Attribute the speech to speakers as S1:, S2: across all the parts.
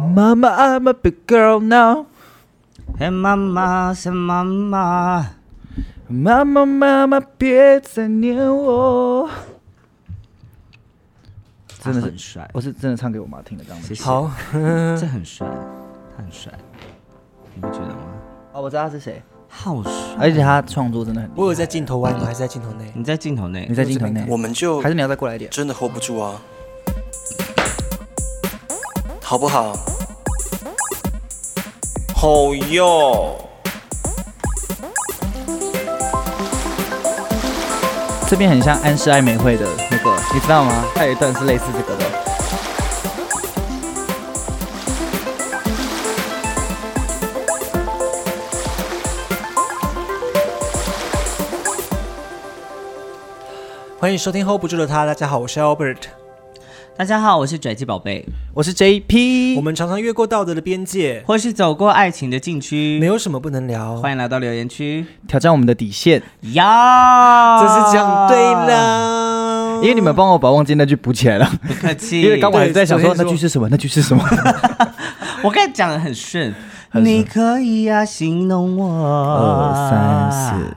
S1: Mama, I'm a big girl now.
S2: 嘿，妈妈是妈妈，
S1: 妈妈，妈妈，别再念我。
S2: 他
S1: 真的是
S2: 很帅，
S1: 我是真的唱给我妈听的，这样
S2: 谢
S1: 子。
S2: 谢。
S3: 好，
S2: 这很帅，他很帅，你不觉得吗？
S1: 哦，我知道他是谁，
S2: 好帅！
S1: 而且他创作真的很厉害。
S3: 我有在镜头外吗？还是在镜头内？
S2: 你在镜头内
S1: 你，在镜头内，
S4: 我们就
S1: 还是你要再过来一点。
S4: 真的 hold 不住啊，好不好？好哟，
S1: 这边很像安室爱美惠的那个，你知道 吗？它有一段是类似这个的。
S3: 欢迎收听 Hold 不住的他，大家好，我是 Albert。
S2: 大家好，我是拽鸡宝贝，
S1: 我是 JP，
S3: 我们常常越过道德的边界，
S2: 或是走过爱情的禁区，
S3: 没有什么不能聊。
S2: 欢迎来到留言 区
S1: 挑战我们的底线，
S2: 呀！
S3: 这是讲对，啦，
S1: 因为你们帮我把忘记那句补起来 了，
S2: 不客气。
S1: 因为刚才在想说
S3: 对昨天
S1: 那
S3: 说
S1: 句是什么，那句是 什么。
S2: 我刚才讲的很顺，你可以呀、形容我，
S1: 二哦三四，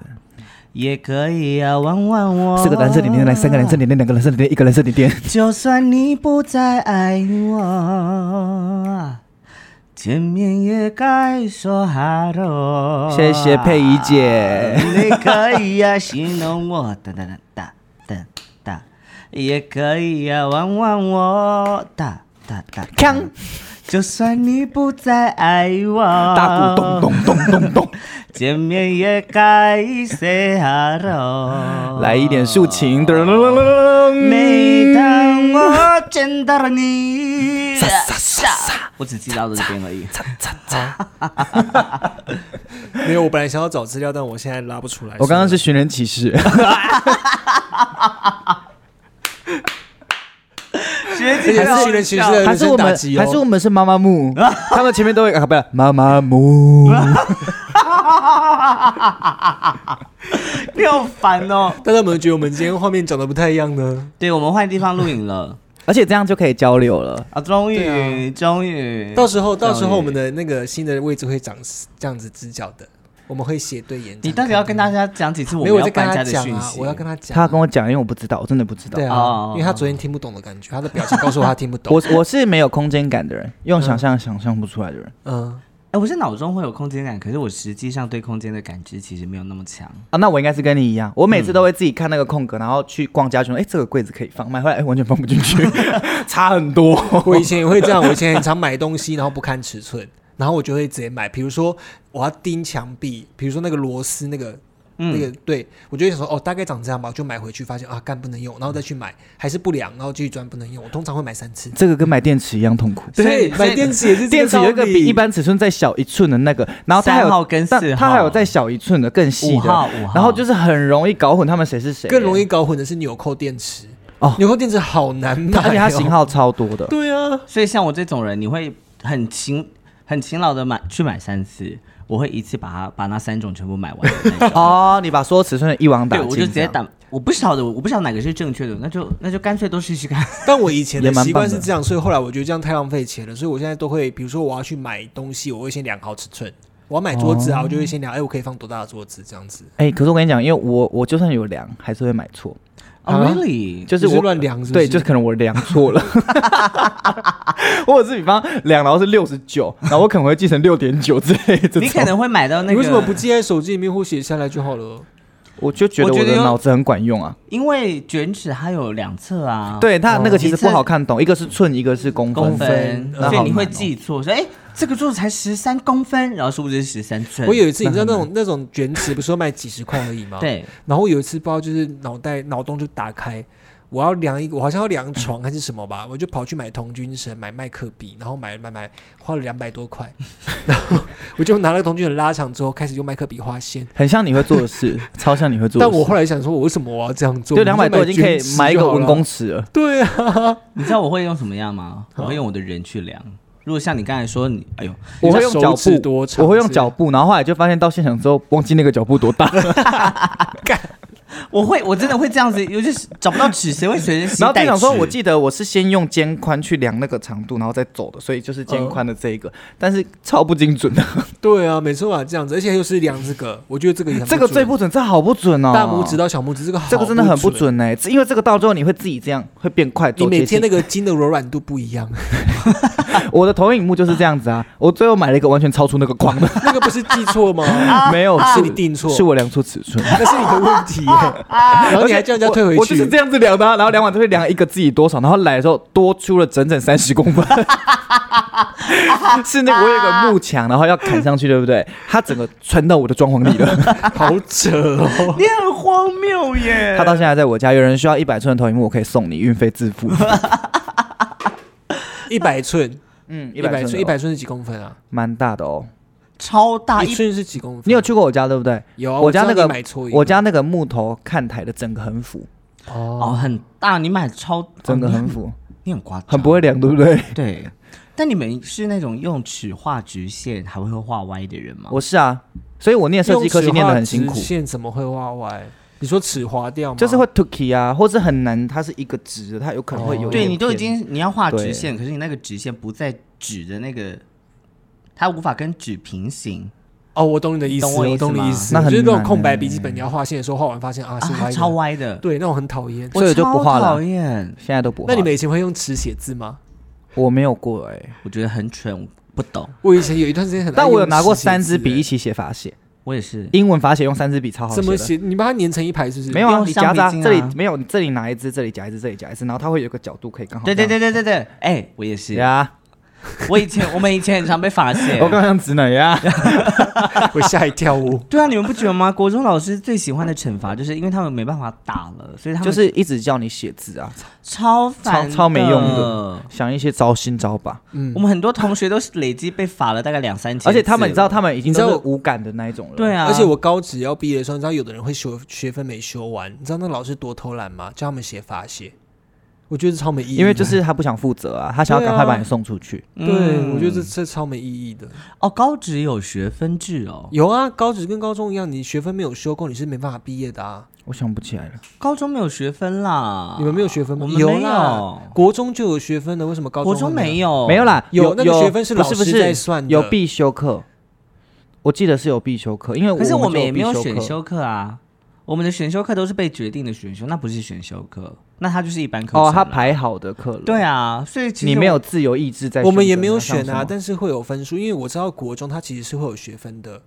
S2: 也可以呀、玩玩我。
S1: 四个蓝色点点，来三个蓝色点点，两个蓝色点点，一个蓝色点点。
S2: 就算你不再爱我，见面也该说 hello。
S1: 谢谢佩仪姐
S2: 你可以呀、形容我，哒哒哒哒哒哒，也可以呀、玩玩我，哒哒哒。
S1: 锵，
S2: 就算你不再爱我，
S1: 大鼓咚咚咚咚咚，
S2: 见面也该 say hello。
S1: 来一点抒情。噔噔噔
S3: 嗯
S2: 每
S1: 噔
S2: 当我见到了你，我只记到这边而已。
S3: 没有，我本来想要找资料，但我现在拉不出来。
S1: 我刚刚是寻人启事，
S2: 学
S3: 而且是寻人启事的
S1: 还
S3: 人
S1: 是
S3: 生
S1: 我
S3: 打
S1: 们
S3: 击哦，
S1: 还是我们是妈妈木， 他们前面都会啊，不是妈妈木，
S2: 你好烦哦。
S3: 大家有没有觉得我们今天画面长得不太一样呢？
S2: 对，我们换地方录影了
S1: 而且这样就可以交流了。
S2: 啊！终于，终于，
S3: 到时候，到时候我们的那个新的位置会长这样子直角的，我们会斜对眼。
S2: 你到底要跟大家讲几次我
S3: 没
S2: 们
S3: 有我
S2: 要
S3: 在跟
S2: 搬家
S3: 他
S2: 的
S3: 讲
S2: 讯
S3: 啊，
S2: 息？
S3: 我要跟他讲。
S1: 他跟我讲，因为我不知道，我真的不知道
S3: 对。啊
S2: 哦，
S3: 因为他昨天听不懂的感觉，他的表情告诉我他听不懂
S1: 我。我是没有空间感的人，用想象想象不出来的人
S3: 嗯，
S2: 哎，我是脑中会有空间感，可是我实际上对空间的感知其实没有那么强。
S1: 啊。那我应该是跟你一样，我每次都会自己看那个空格，然后去逛家具，哎，这个柜子可以放，买回来哎完全放不进去， 差很多。
S3: 我以前也会这样，我以前很常买东西，然后不看尺寸，然后我就会直接买。比如说我要钉墙壁，比如说那个螺丝那个。那
S2: 嗯
S3: 个对我就会想说哦，大概长这样吧，我就买回去，发现啊，干不能用，然后再去买，还是不良，然后继续钻不能用。我通常会买三次。
S1: 这个跟买电池一样痛苦。
S2: 对所以
S3: 买电池也是这
S1: 电池有一个
S3: 道理
S1: 比一般尺寸再小一寸的那个，然后它还有
S2: 三号跟
S1: 但
S2: 四号
S1: 它还有再小一寸的更细
S2: 五
S1: 的
S2: 号五号，
S1: 然后就是很容易搞混他们谁是谁，
S3: 更容易，搞混的是纽扣电池。
S1: 哦
S3: 纽扣电池好难买、哦，
S1: 嗯而且它型。号超多的。
S3: 对啊，
S2: 所以像我这种人，你会很勤很勤劳的买去买三次，我会一次把它把那三种全部买完的那种。
S1: 哦，你把所有尺寸的一网打
S2: 对，
S1: 尽，
S2: 我就直
S1: 这
S2: 接
S1: 样。
S2: 打，我不晓得，我不晓得哪个是正确的，那就那就干脆都试试 看。
S3: 但我以前
S1: 也
S3: 的
S1: 蛮
S3: 习
S1: 棒
S3: 惯是
S1: 的
S3: 这样，所以后来我觉得这样太浪费钱了，所以我现在都会，比如说我要去买东西，我会先量好尺寸。我要买桌子啊，我就会先量，哎、我可以放多大的桌子这样子。
S1: 哎，可是我跟你讲，因为我我就算有量，还是会买错，
S2: 哦、
S3: 啊
S2: r e a l l y
S1: 就是
S3: 你是
S1: 我
S3: 乱量是不是
S1: 对，就是可能我量错了。 或者是比方量，然后是六十九，然后我可能会记成六点九之类的。
S2: 你可能会买到那个。
S3: 你为什么不？记在手机里面或写下来就好 了？
S1: 我就觉得
S2: 我
S1: 我
S2: 觉得
S1: 的
S2: 有
S1: 脑子很管用啊。
S2: 因为卷尺它有两侧啊，，
S1: 对，它那个其
S2: 一
S1: 实
S2: 次
S1: 不好看懂，一个是寸，一个是哦公
S2: 公
S1: 分
S2: 分，，
S1: 那
S2: 所以
S1: 好
S2: 你会
S1: 难哦
S2: 记错，说哎、这个桌子才十三公分，然后殊不知十三寸。
S3: 我有一次，你知道那 种那种卷尺不是说卖几十块而已 吗？。
S2: 对，
S3: 然后有一次，不知道就是脑袋脑洞就打开，我要量一个，我好像要量床还是什 么吧，我就跑去买童军绳，买麦克笔，然后买买买，花了两百多块，然后我就拿那个童军绳拉长之后，开始用麦克笔画线。
S1: 很像你会做的 事，超像你会做的
S3: 但
S1: 事。
S3: 我后来想说，我为什么我要这样
S1: 就
S3: 做？我就
S1: 两百多已经可以
S3: 卷尺
S1: 买一
S3: 就
S1: 个
S3: 好了
S1: 文公。尺了。
S3: 对啊，
S2: 你知道我会用什么 样吗？我会用我的人去量。如果像你刚才说你，哎呦，
S1: 我会用脚
S3: 手指
S1: 步，
S3: 多长？
S1: 我会用脚。步，然后后来就发现到现场之后忘记那个脚步多大。
S2: 我会，我真的会这样子，尤其是找不到尺，谁会随身携带
S1: 然后店长说，
S2: 尺
S1: 我记得我是先用肩宽去量那个长度，然后再走的，所以就是肩宽的这一个，但是超不精准的，
S3: 对啊，没错啊，这样子，而且又是量这个，我觉得这个也很不
S1: 这个最不
S3: 准，
S1: 准，这好不准哦，
S3: 大拇指到小拇指这个好
S1: 这个真的很不
S3: 不准。
S1: 准哎、因为这个到最后你会自己这样会变快，
S3: 你
S1: 走
S3: 每
S1: 捷
S3: 天
S1: 径。
S3: 那个筋的柔软度不一 样，
S1: 我的投影幕就是这样子啊，我最后买了一个完全超出那个框的，
S3: 那个不是记 错吗？
S1: 没有
S3: 是你定错
S1: 是我量错尺寸。
S3: 那是你的问题
S1: 啊
S3: 耶，然后你还叫人家退回
S1: 我我就是
S3: 去
S1: 这，样子量的啊、然后量完就会量一个自己多少，然后来的时候多出了整整三十公分。是那个我有一个幕墙，然后要砍上去，对不对？它整个穿到我的装潢里了。
S3: 好扯哦。
S2: 你很荒谬耶。
S1: 它到现在还在我家，有人需要一百寸的投影幕，我可以送你，运费自付。
S3: 一百寸，
S1: 嗯，一
S3: 一
S1: 百
S3: 百
S1: 寸，
S3: 寸，一百寸是几公分啊？
S1: 蛮大的哦。
S2: 超大
S3: 一
S2: 一
S3: 寸是几公分？
S1: 啊你有去过我家对不对？
S3: 有啊？
S1: 我
S3: 我
S1: 家
S3: 知道
S1: 那个
S3: 你买错一个，
S1: 我家那个木头看台的整个横幅，
S3: 哦，
S2: 哦，很大，你买超
S1: 整
S3: 嗯
S1: 个
S2: 哦
S1: 横幅
S2: 你很你很夸张，
S1: 很不会量，对不 对？
S3: 哦
S2: 对。但你们是那种用尺画直线还会画歪的人吗？
S1: 我是啊，所以我念设计科系念的很辛
S3: 用
S1: 苦
S3: 尺画直，线怎么会画歪？你说尺划掉吗？
S1: 就是会 tuki 啊，或是很难，它是一个直的，它有可能会有一
S3: 哦
S1: 点
S2: 对你都已
S1: 偏
S2: 经你要画
S1: 对
S2: 直线，可是你那个直线不在纸的那个，它无法跟纸平行
S3: 哦，我懂你的意思，
S2: 懂我意思
S3: 懂你意
S2: 吗
S3: 思。
S1: 那很
S3: 就是那种
S1: 难
S3: 空白
S1: 欸
S3: 笔记本，你要画线的时候，画完发现啊
S2: 啊，
S3: 是歪
S2: 它
S3: 的，
S2: 超歪的，
S3: 对，那种很讨厌。
S1: 所以我就不画了
S2: 超讨厌，
S1: 现在都不画。
S3: 那你们以前会用尺写字吗？
S1: 我没有过哎、
S2: 我觉得很蠢，我不懂。
S3: 我以前有一段时间很爱用尺写字欸，
S1: 但我有拿过三支笔一起写法写，
S2: 我也是，
S1: 英文法写用三支笔超好
S3: 怎么
S1: 写的。
S3: 写？你把它粘成一排是不是？
S1: 没有啊，
S2: 用
S1: 你夹着、
S2: 橡皮筋啊
S1: 这里没有，你这里拿一支，这里夹一支，这里夹一支，然后它会有一个角度可以 刚好。
S2: 对对对对对对，哎、我也是。
S1: 呀，
S2: 我以前我们以前很常被罚写
S1: 啊 我。刚刚像直男呀，
S3: 我吓一跳 哦。
S2: 对啊，你们不觉得吗？国中老师最喜欢的惩罚，就是因为他们没办法打了，所以他们
S1: 就是一直叫你写字啊，
S2: 超烦
S1: 超超没用
S2: 的。
S1: 想一些招新招吧。
S3: 嗯
S2: 我，们很多同学都是累积被罚了大概两三千，
S1: 而且他们，你知道，，他们已经都
S3: 你知
S1: 是
S3: 道
S1: 无感的那一种了。
S2: 对啊，
S3: 而且我高职要毕业的时候，你知道有的人会学学分没修完，你知道那老师多偷懒吗？叫他们写法写，我觉得超没意义的。
S1: 因为就是他不想负责啊，他想要赶快把你送出去。
S2: 嗯
S3: 对，我觉得这这超没意义的。
S2: 哦，高职有学分制哦，
S3: 有啊，高职跟高中一样，你学分没有修够，你是没办法毕业的啊。
S1: 我想不起来了，
S2: 高中没有学分啦，
S3: 你们没有学分吗？
S2: 我们没
S3: 啦，国中就有学分的，为什么高中
S2: 国
S3: 会
S2: 中
S3: 有
S2: 没？有，
S1: 没有啦，
S3: 哦有
S1: 有
S3: 那个学分是老
S1: 不不
S3: 师在算的
S1: 有必修课，我记得是有必修课，因为
S2: 可是
S1: 我
S2: 我们也没有
S1: 就必
S2: 选
S1: 修课。哦
S2: 修课啊，我们的选修课都是被决定的选修，那不是选修课，那它就是一般课程
S1: 哦，他
S2: 了
S1: 排好的课了。
S2: 对，啊，所以其实
S1: 你
S2: 我
S1: 没有自由意志在。
S3: 我们也没有选啊，
S1: 上什么
S3: 但是会有分数，因为我知道国中它其实是会有学分的，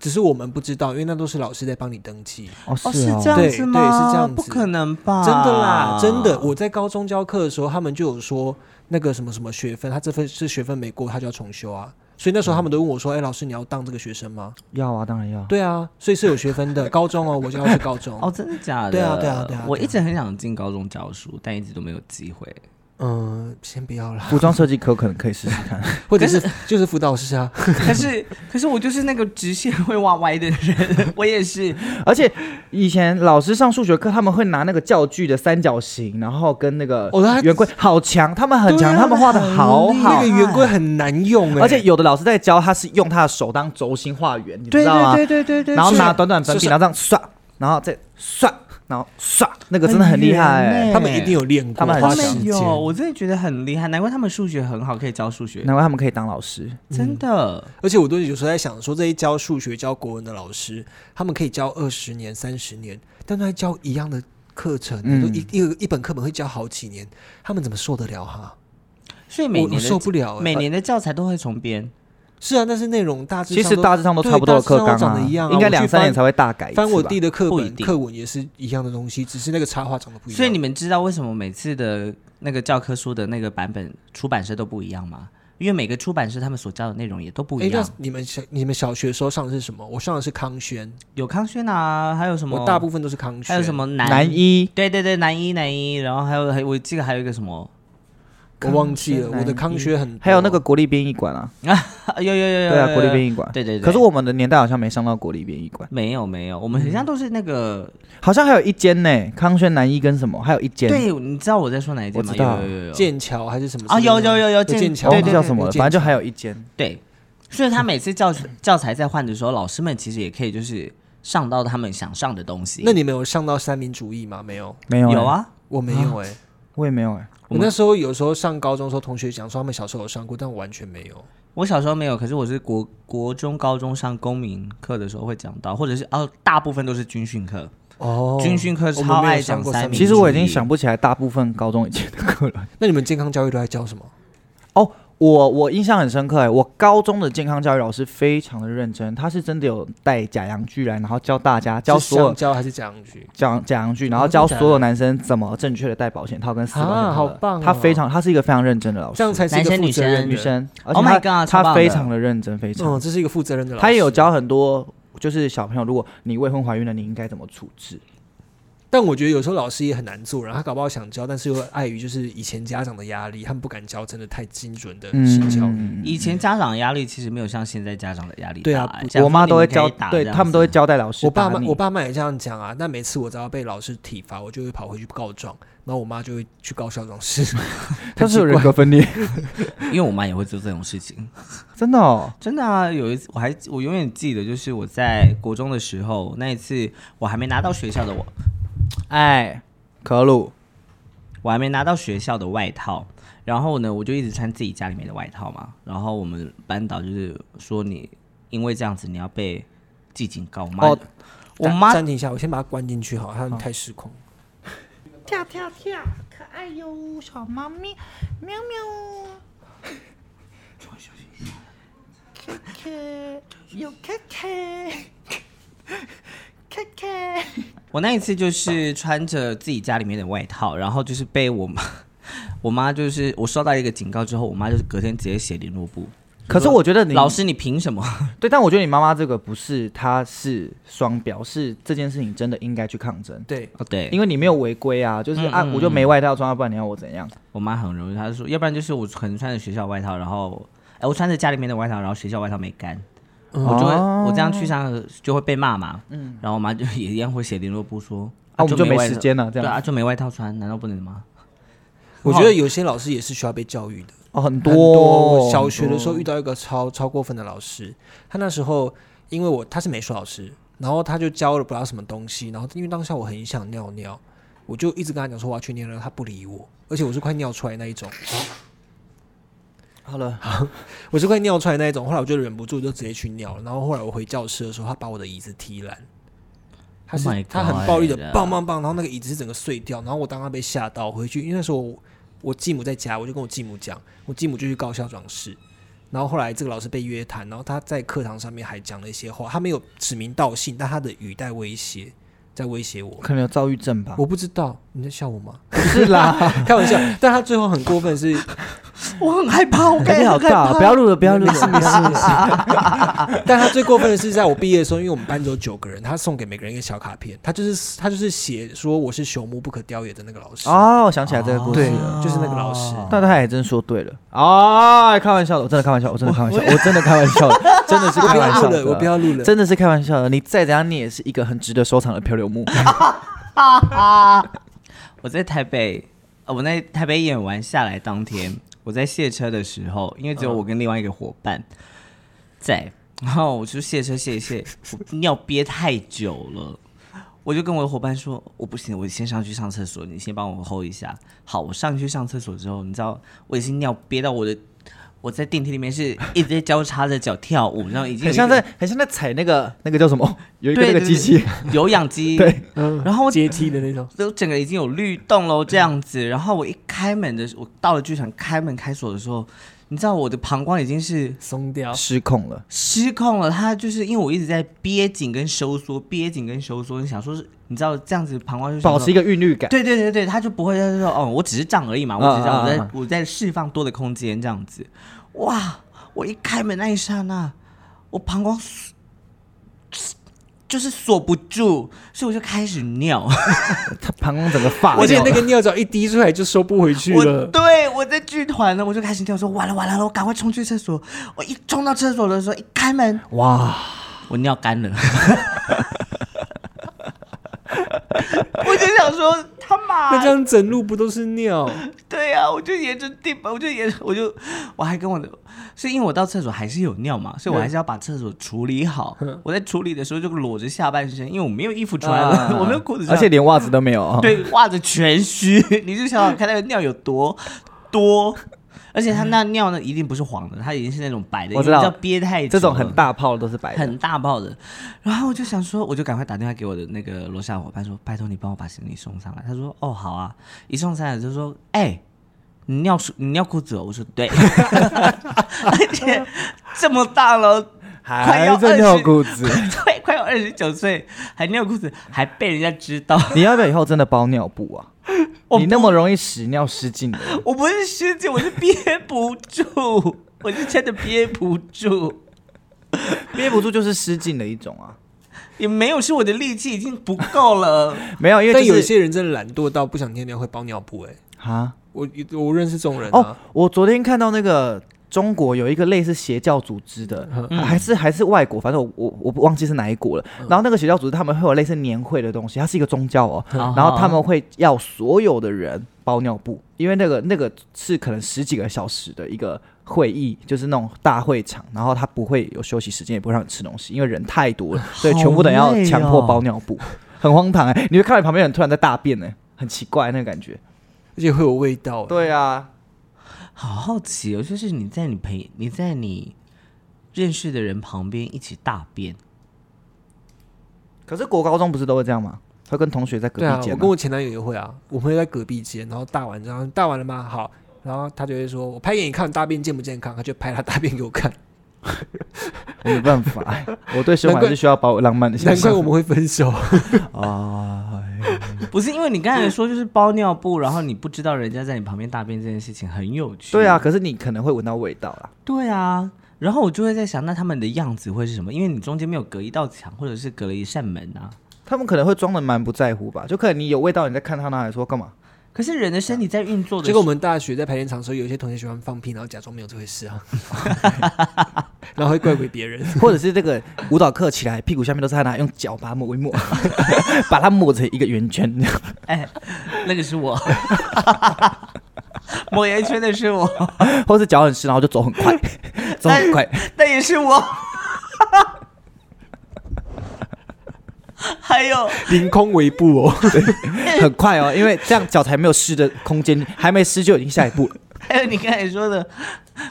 S3: 只是我们不知道，因为那都是老师在帮你登记。
S2: 哦
S1: 哦
S2: 是
S1: 是哦
S2: 这样
S3: 对
S2: 子
S3: 对
S2: 吗？
S3: 是这样
S2: 不
S3: 子
S2: 可能
S1: 啊
S2: 吧？
S3: 真的啦，真的，我在高中教课的时候，他们就有说那个什么什么学分，他这份是学分没过，他就要重修啊。所以那时
S1: 嗯
S3: 候他们都问我说：“哎、老师，你要当这个学生吗
S1: 要啊，当然要？”。
S3: 对啊，所以是有学 分的。高中哦，我就要去高中。
S2: 哦，真的假的？
S3: 对啊对啊对啊
S2: 我
S3: 对啊
S2: 一直很想进高中教书，但一直都没有机会。
S3: 嗯，先不要啦，
S1: 服装设计课可能可以试试 看，
S3: 或者是就是辅导师啊。
S2: 可是，可是我就是那个直线会挖歪的人， 我也是。
S1: 而且以前老师上数学课，他们会拿那个教具的三角形，然后跟那个
S3: 哦他
S1: 圆规，好强，他们很强，
S3: 对啊
S1: 他们画的好
S2: 很厉害
S1: 好
S3: 那个，圆规很难用、哎，
S1: 而且有的老师在教，他是用他的手当轴心画圆，你知道吗？
S2: 对对对
S1: 然后
S3: 是
S1: 拿短短粉笔，
S3: 是
S1: 然后这样刷，然后再刷，然后刷，那个真的很厉害、
S2: 很圆欸
S3: 他们一定有练
S1: 他
S3: 过，
S1: 们很
S3: 花
S2: 他
S1: 强
S3: 时
S2: 们
S3: 间
S2: 有，。我真的觉得很厉害，难怪他们数学很好，可以教数学，
S1: 难怪他们可以当老师。
S3: 嗯
S2: 真的。
S3: 而且我都有时候在想，说这些教数学、教国文的老师，他们可以教二十年、三十年，但他教一样的课程，
S1: 嗯
S3: 就一一个一本课本会教好几年，他们怎么受得了哈？
S2: 所以每
S3: 我
S2: 年
S3: 我
S2: 的
S3: 受不了、哎
S2: 每年的教材都会重编，
S3: 是啊，但是内容大致
S1: 其
S3: 上
S1: 实
S3: 都
S1: 大致上都差不多的课纲
S3: 对大致上
S1: 啊，
S3: 都长得一样啊
S1: 应该两三
S3: 我
S1: 年
S3: 去
S1: 才会大改一次吧。
S3: 翻我弟的课
S2: 不一
S3: 本、
S2: 定
S3: 课文也是一样的东西，只是那个插画长得不一样。
S2: 所以你们知道为什么每次的那个教科书的那个版本出版社都不一样吗？因为每个出版社他们所教的内容也都不
S3: 哎
S2: 一，样
S3: 那，你们小你们小学的时候上的是什么？我上的是康轩，
S2: 有康轩啊，还有什么
S3: 我大部分都是康轩。
S2: 还有什？么南
S1: 男？一，
S2: 对对对，南一南一，然后还有还我记得还有一个什么，
S3: 我忘记了。
S1: 康轩
S3: 我的康轩很多
S1: 还有那个国立编译馆啊，
S2: 有有有有有，
S1: 对啊，
S2: 有
S1: 国立
S2: 有
S1: 编译馆。
S2: 对对对。
S1: 可是我们的年代好像没上到国立编译馆，
S2: 没有没有，我们很像都是那个，
S1: 好像还有一间呢，康轩南一跟什么，还有一间，
S2: 对，你知道我在说哪一
S1: 我
S2: 件吗？
S1: 知道
S2: 有有有有
S3: 剑桥还是什么
S2: 啊，
S3: 之类
S2: 有
S3: 的
S2: 有有有
S3: 剑
S1: 我
S3: 桥
S2: 对
S1: 忘记
S2: 对
S1: 叫
S2: 对
S1: 什么了，
S3: 有剑
S1: 反正就还有一间。
S2: 对，所以他每次教教材在换的时候，老师们其实也可以就是上到他们想上的东西。
S3: 那你们有上到三民主义吗？没有，
S1: 没有、欸
S2: 有，啊？
S3: 我没有哎、
S1: 我也没有哎、
S3: 我那时候有时候上高中的时候，同学讲说他们小时候有上过，但我完全没有。
S2: 我小时候没有，可是我是国国中、高中上公民课的时候会讲到，或者是哦，大部分都是军训课。
S3: 哦
S2: 军训课
S3: 我们
S2: 超
S3: 没有
S2: 爱
S3: 上
S2: 讲
S3: 过
S2: 三
S3: 三
S2: 民
S3: 民
S1: 其实
S2: 主
S1: 我已经
S2: 义
S1: 想不起来大部分高中以前的课了。
S3: 那你们健康教育都在教什么？
S1: 哦，我我印象很深刻哎，我高中的健康教育老师非常的认真，他是真的有带假洋剧来，然后教大家教
S3: 是
S1: 所有
S3: 上教还是讲句？
S1: 讲假洋剧，然
S3: 哦
S1: 后
S3: 真
S1: 教
S3: 的假的
S1: 所有男生怎么正确的戴保险套跟撕保险套的。
S3: 啊好棒哦
S1: 他非常，他是一个非常认真的老师，
S3: 这样才是一个
S2: 男生
S3: 负责任的
S1: 女。生，而
S2: Oh
S1: 且
S2: my
S1: 他
S2: god，超
S1: 他
S2: 棒的
S1: 非常的认真，非常
S3: 嗯，。这是一个负责任的老师。
S1: 他也有，教很多，就是小朋友，如果你未婚怀孕了，你应该怎么处置？
S3: 但我觉得有时候老师也很难做，然后他搞不好想教，但是又碍于就是以前家长的压力，他们不敢教真的太精准的性教育。
S1: 嗯，
S2: 以前家长的压力其实没有像现在家长的压力大、
S3: 对啊
S2: 哎
S3: 不
S2: 讲
S1: 我妈
S2: 说
S1: 都会
S2: 你可以
S1: 交，
S2: 打
S1: 对
S2: 这样
S1: 他们都会
S2: 子
S1: 教代老师
S3: 我爸
S1: 打
S3: 妈
S1: 你。
S3: 我爸妈也这样讲啊，但每次我只要被老师体罚，我就会跑回去告状，然后我妈就会去告校长室。
S1: 他是有人格分裂，
S2: 因为我妈也会做这种事情。
S1: 真的哦。
S2: 真的啊，有一次我还我永远记得，就是我在国中的时候，那一次我还没拿到学校的我，
S1: 哎，可鲁，
S2: 我还没拿到学校的外套，然后呢，我就一直穿自己家里面的外套嘛。然后我们班导就是说你因为这样子你要被记警告嘛。
S1: 哦
S2: 我妈
S3: 暂停一下，我先把它关进去好了，他们太失控。
S5: 跳跳跳，可爱哟，小猫咪，喵喵。可可，有可可，可可。
S2: 我那一次就是穿着自己家里面的外套，然后就是被我妈，我妈就是我收到一个警告之后，我妈就是隔天直接写联络簿。
S1: 可是我觉得你
S2: 老师，你凭什么？
S1: 对，但我觉得你妈妈这个不是，她是双标，是这件事情真的应该去抗争，
S3: 对，
S2: 哦，对，
S1: 因为你没有违规啊，就是
S2: 嗯
S1: 啊，
S2: 嗯
S1: 我就没外套穿，不然你要我怎样？
S2: 我妈很容易，她就说，要不然就是我可能穿着学校外套，然后，哎，我穿着家里面的外套，然后学校外套没干，
S1: 哦
S2: 我就会、我这样去上就会被骂嘛，嗯，然后我妈就 也一样会写联络簿说，
S1: 啊我们就没
S2: 外
S1: 时间了这
S2: 对
S1: 样
S2: 啊，就没外套穿，难道不能吗？
S3: 我觉得有些老师也是需要被教育的。
S1: 哦，很
S3: 很
S1: 多
S3: 多。
S1: 哦
S3: 我小学的时候遇到一个超超过分的老师，他那时候因为我他是美术老师，然后他就教了不知道什么东西，然后因为当下我很想尿尿，我就一直跟他讲说我要去尿尿，他不理我，而且我是快尿出来那一种，
S1: 好了，
S3: 我是快尿出来那一种，后来我就忍不住就直接去尿了，然后后来我回教室的时候，他把我的椅子踢烂。他是
S2: Oh my
S3: 他很暴力的
S2: God
S3: 棒棒棒，然后那个椅子是整个碎掉，然后我当他被吓到，我回去因为那时候我我继母在家，我就跟我继母讲，我继母就去告校长室，然后后来这个老师被约谈，然后他在课堂上面还讲了一些话，他没有指名道姓，但他的语带威胁，在威 胁我。
S1: 可能有躁郁症吧？
S3: 我不知道你在笑我吗？
S1: 不是 啦，
S3: 开玩笑，但他最后很过分的是，
S2: 我很害怕，我
S1: 压力好大，不要录了，不要录了。
S3: 但他最过分的是，在我毕业的时候，因为我们班只有九个人，他送给每个人一个小卡片，他就是他就是写说我是朽木不可雕也的那个老师，
S1: 哦，我想起来这个故事
S3: 对
S1: 了。，
S3: 就是那个老师。
S1: 但他也真说对了啊！开玩笑的，我真的开玩笑，我真的开玩笑，我真的开玩笑的，真的是
S3: 我
S1: 开
S3: 不要
S1: 玩笑
S3: 录了，
S1: 的，
S3: 我不要录了。
S1: 真的是开玩笑的。你再怎样，你也是一个很值得收藏的漂流木。
S2: 我在台北，呃，我在台北演完下来当天，我在卸车的时候，因为只有
S1: 嗯
S2: 我跟另外一个伙伴在，然后我就卸车卸一卸，我尿憋太久了。我就跟我的伙伴说，我不行，我先上去上厕所，你先帮我 hold 一下。好，我上去上厕所之后，你知道我已经尿憋到我的，我在电梯里面是一直在交叉着脚跳舞，然后已经有
S1: 很
S2: 一
S1: 像
S2: 个
S1: 在很像在踩那个那个叫什么？有一个
S2: 对
S1: 那个
S2: 对
S1: 机器，
S2: 对有氧 机，
S1: 对，
S3: 嗯
S2: 然后我
S3: 阶梯的那种，
S2: 都整个已经有律动喽，这样
S1: 嗯
S2: 子。然后我一开门的时候，我到了剧场开门开锁的时候，你知道我的膀胱已经是
S3: 松掉。
S1: 失控了。
S2: 失控了，它就是因为我一直在憋紧跟收缩，憋紧跟收缩，你想说是，你知道这样子膀胱就是
S1: 保持一个韵律感。
S2: 对对对对，他就不会他就说哦，我只是胀而已嘛，我只是这样，
S1: 啊啊
S2: 我在、
S1: 啊
S2: 我在释放多的空间这样子。哇！我一开门那一刹那，我膀胱锁就是锁不住，所以我就开始尿。
S1: 他膀胱整个发
S3: 而且
S1: 掉
S3: 那个
S1: 了
S3: 尿只要一滴出来就收不回去
S2: 我
S3: 了。
S2: 对我在剧团呢，我就开始跳说完了完了，我赶快冲去厕所。我一冲到厕所的时候，一开门，
S1: 哇，
S2: 我 尿干了。我就想说，他妈
S3: 那这样整路不都是 尿？
S2: 对呀、我就沿着地板，我就沿，我就我还跟我的，是因为我到厕所还是有尿嘛，所以我还是要把厕所处理好。我在处理的时候就裸着下半身，因为我没有衣服穿了，
S1: 啊
S2: 我没有裤子穿，
S1: 而且连袜子都没有。，
S2: 对袜子全湿， 你就想想看那个尿有多多。而且他那尿呢，一定不是黄的，他已经是那种白的，
S1: 嗯我知道
S2: 因为叫憋太久了
S1: 这种很大泡的都是白的。
S2: 很大爆的。然后我就想说，我就赶快打电话给我的那个楼下的伙伴说，拜托你帮我把行李送上来。他说，哦，好啊。一送上来就说，哎、你尿裤你尿裤子、哦？我说对， 而且这么大了。 快
S1: 还
S2: 要
S1: 在尿裤子
S2: 对，快要二十九岁还尿裤子，还被人家知道。
S1: 你要不要以后真的包尿布啊？
S2: 我
S1: 你那么容易屎尿失禁的，
S2: 我不是失禁，我是憋不住， 我是真的憋不住，
S1: 憋不住就是失禁的一种啊。
S2: 也没有是我的力气已经不够了。
S1: 没有，因为、就
S3: 但
S1: 是、
S3: 有一些人真的懒惰到不想尿尿会包尿布、欸，哎，
S1: 啊，
S3: 我我认识这种人啊。
S1: 哦，我昨天看到那个中国有一个类似邪教组织的，
S2: 嗯
S1: 还是还是外国，反正我我我不忘记是哪一国了。然后那个邪教组织他们会有类似年会的东西，它是一个宗教哦，
S2: 嗯
S1: 然后他们会要所有的人包尿布，因为那个那个是可能十几个小时的一个。会议就是那种大会场，然后他不会有休息时间，也不会让你吃东西，因为人太多了，所以全部的人要强迫包尿布，很荒唐哎、你会看到你旁边人突然在大便呢、很奇怪那个感觉。
S3: 而且会有味道。，
S1: 对啊，
S2: 好好奇哦，就是你在你陪你在你认识的人旁边一起大便，
S1: 可是国高中不是都会这样吗？会跟同学在隔
S3: 对啊
S1: 壁，间、
S3: 我跟我前男友也会啊，我们会在隔壁间，然后大完之后大完了吗？好，然后他就会说，我拍给你看大便健不健康，他就拍他大便给我看。
S1: 我没办法， 哎我对生活
S3: 难
S1: 还
S3: 怪
S1: 是需要保有浪漫的想
S3: 难怪
S1: 象。
S3: 我们会分手。
S1: 啊，
S3: 哎
S2: 不是因为你刚才说就是包尿布，然后你不知道人家在你旁边大便这件事情很有趣。
S1: 对啊，，可是你可能会闻到味道啦。
S2: 对啊。然后我就会在想，那他们的样子会是什么？因为你中间没有隔一道墙，或者是隔了一扇门啊。
S1: 他们可能会装的蛮不在乎吧，就可能你有味道，你在看他，那还说干嘛？
S2: 可是人的身体在运作的时
S3: 结
S2: 候，
S3: 果我们大学在排练场的时候，有一些同学喜欢放屁，然后假装没有这回事啊， 然后会怪给别人。
S1: 或者是这个舞蹈课起来，屁股下面都是他拿用脚把它抹一 抹，把它抹成一个圆圈。
S2: 哎，那个是我， 抹圆圈的是我，
S1: 或是脚很湿，然后就走很快， 走很快。
S2: 那也是我。还有，
S3: 凌空微步哦，
S1: 很快哦，因为这样脚才没有湿的空间，还没湿就已经下一步了。
S2: 还有你刚才说的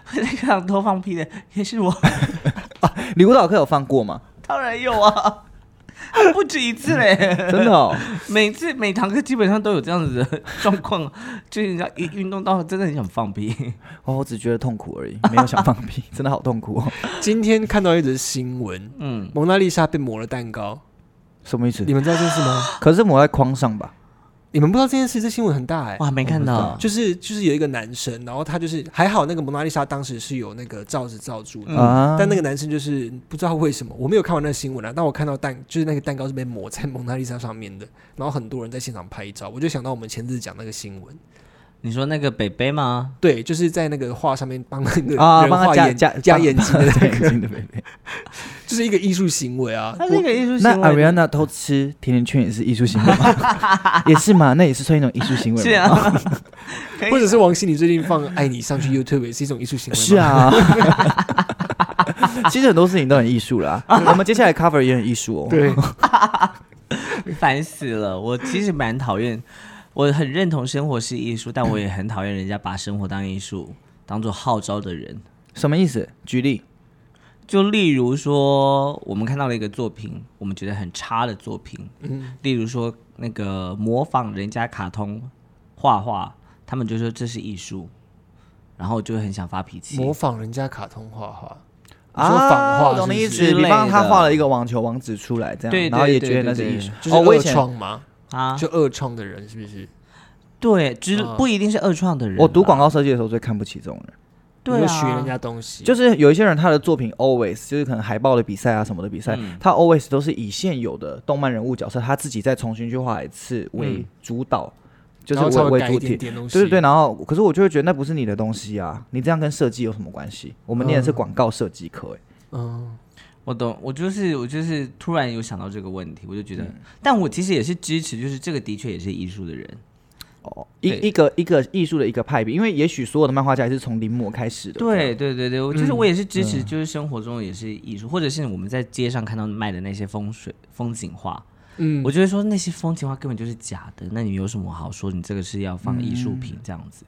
S2: 会在课堂偷放屁的也是我，
S1: 你舞蹈课有放过吗？
S2: 当然有啊，不止一次嘞，
S1: 真的哦，
S2: 每次每堂课基本上都有这样子的状况，就是你知道一运动到真的很想放屁，
S1: 哦，我只觉得痛苦而已，没有想放 屁，真的好痛苦哦。
S3: 今天看到一则新闻，
S2: 嗯，
S3: 蒙娜丽莎被抹了蛋糕，
S1: 什么意思
S3: 你？们知道这件事吗？
S1: 可是抹在框上吧？
S3: 你们不知道这件事，这新闻很大哎、
S2: 我还没看到，
S3: 就是就是有一个男生，然后他就是还好，那个蒙娜丽莎当时是有那个罩子罩住的，
S1: 啊
S3: 嗯但那个男生就是不知道为什么，我没有看完那个新闻啊，但我看到蛋就是那个蛋糕是被抹在蒙娜丽莎上面的，然后很多人在现场拍照，我就想到我们前日讲那个新闻，
S2: 你说那个北北吗？
S3: 对，就是在那个画上面帮那个
S1: 啊，
S3: 人
S1: 帮他
S3: 画
S1: 加
S3: 眼
S1: 加
S3: 加 眼睛的
S1: 加
S3: 那
S1: 眼
S3: 个，
S1: 睛的 baby。
S3: 就是一个艺术行为啊。
S2: 他是一个艺术
S1: 那
S2: 行为，
S1: Ariana 偷吃甜甜圈也是艺术行为吗？ 也是嘛，那也是算一种艺术行为。
S2: 是，啊， 可以
S3: 或者是王心凌最近放《爱你》上去 YouTube 也是一种艺术行为吗，
S1: 是啊。 其实很多事情都很艺术啦，我们接下来 cover 也很艺术哦。
S3: 对，
S2: 烦死了！我其实蛮讨厌，我很认同生活是艺术，但我也很讨厌人家把生活当艺术当做号召的人。
S1: 什么意思？举例。
S2: 就例如说，我们看到了一个作品，我们觉得很差的作品，嗯，例如说那个模仿人家卡通画画，他们就说这是艺术，然后我就很想发脾气。
S3: 模仿人家卡通画画，你
S1: 啊，
S3: 说仿画
S1: 我懂你意
S3: 是
S1: 思。
S3: 不是
S2: 之类
S1: 比方他
S2: 的
S1: 画了一个网球王子出来，这
S2: 对
S1: 样，然后
S2: 对
S1: 也
S2: 对
S1: 觉得
S2: 对
S1: 那是艺
S2: 对
S1: 术。
S3: 就是
S1: 哦，我以
S3: 恶
S1: 前
S3: 创吗？
S2: 啊，
S3: 就恶创的人是不是？
S2: 对，只、
S3: 啊
S2: 不一定是二创的人吧。
S1: 我读广告设计的时候最看不起这种人。
S2: 对
S3: 你
S2: 啊，
S3: 就学人家东西，
S1: 就是有一些人他的作品 always 就是可能海报的比赛啊什么的比赛，
S2: 嗯
S1: 他 always 都是以现有的动漫人物角色他自己再重新去画一次为
S2: 嗯
S1: 主导，就
S3: 然后
S1: 是
S3: 稍
S1: 为
S3: 微
S1: 为
S3: 改
S1: 主
S3: 一
S1: 体
S3: 点。点东西，
S1: 对对对，然后可是我就会觉得那不是你的东西啊，你这样跟设计有什么关系？我们念的是
S3: 嗯
S1: 广告设计课、欸，
S3: 嗯，
S2: 我懂，我就是我就是突然有想到这个问题，我就觉得，但我其实也是支持，就是这个的确也是艺术的人，
S1: 哦，一
S3: 嗯
S2: 对
S1: 一个一个艺术的一个派别，因为也许所有的漫画家也是从临摹开始的。
S2: 对对对对，我就是我也是支持，就是生活中也是艺术，或者是我们在街上看到卖的那些风水风景画，
S3: 嗯，
S2: 我就会说那些风景画根本就是假的，那你有什么好说？你这个是要放艺术品这样子？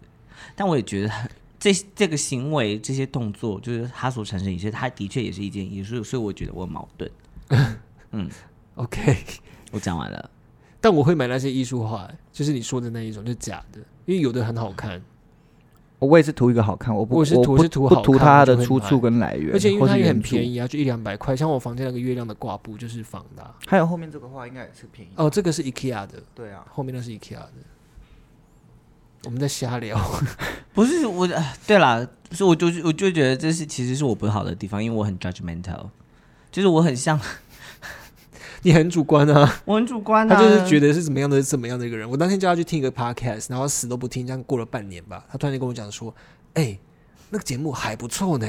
S2: 但我也觉得 这这个行为、这些动作，就是它所产生一些，它的确也是一件艺术，所以我觉得我很矛盾。
S3: OK，
S2: 我讲完了，
S3: 但我会买那些艺术画，就是你说的那一种，就是假的，因为有的很好看，
S1: 我也是图一个好看，我不
S3: 我是图
S1: 不
S3: 是图
S1: 不
S3: 好
S1: 图
S3: 看
S1: 它
S3: 我就
S1: 的
S3: 会
S1: 出
S3: 买
S1: 处跟来源，
S3: 而且因
S1: 或
S3: 为它
S1: 是
S3: 也
S1: 原
S3: 很
S1: 著
S3: 便。宜啊，就一两百块。像我房间那个月亮的挂布就是仿的啊、
S1: 还有后面这个画应该也是便宜的。
S3: 哦，这个是 IKEA 的，
S1: 对啊，
S3: 后面那是 IKEA 的。我们在瞎聊，
S2: 不是我，啊对啦，所以我就我就觉得这是其实是我不好的地方，因为我很 judgmental，就是我很像
S3: 你很主观啊，
S2: 我很主观、啊，
S3: 他就是觉
S2: 得
S3: 得是怎么样的是怎么样的一个人。我当天叫他去听一个 podcast，然后死都不听，这样过了半年吧，他突然间跟我讲说：“哎、那个节目还不错 呢，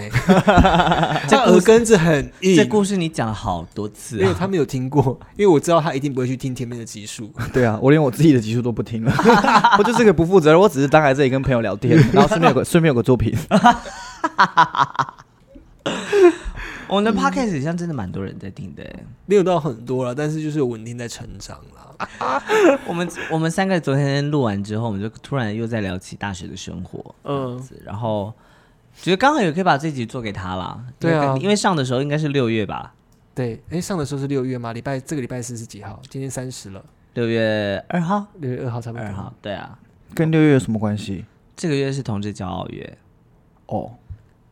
S3: 他耳根子很硬。”
S2: 这故事你讲了好多次、
S3: 因为
S2: 啊，
S3: 他没有听过，因为我知道他一定不会去听前面的集数。
S1: 对啊，我连我自己的集数都不听了， 我就是个不负责任，我只是当来这里跟朋友聊天，然后顺便有个顺便有个作品。
S2: 我们的 podcast 好像真的蛮多人在听的、
S3: 没有到很多了，但是就是有稳定在成长啦。
S2: 我们我们三个昨天录完之后，我们就突然又在聊起大学的生活，嗯，然后觉得刚好也可以把这集做给他啦，因为
S3: 对啊
S2: 因为上的时候应该是六月吧，
S3: 对，哎，上的时候是六月吗？礼拜这个礼拜四是几号？今天三十了，
S2: 六月二号，
S3: 六月二号差不多。
S2: 二号，对啊，
S1: 跟六月有什么关系？
S2: 这个月是同志骄傲月，
S1: 哦，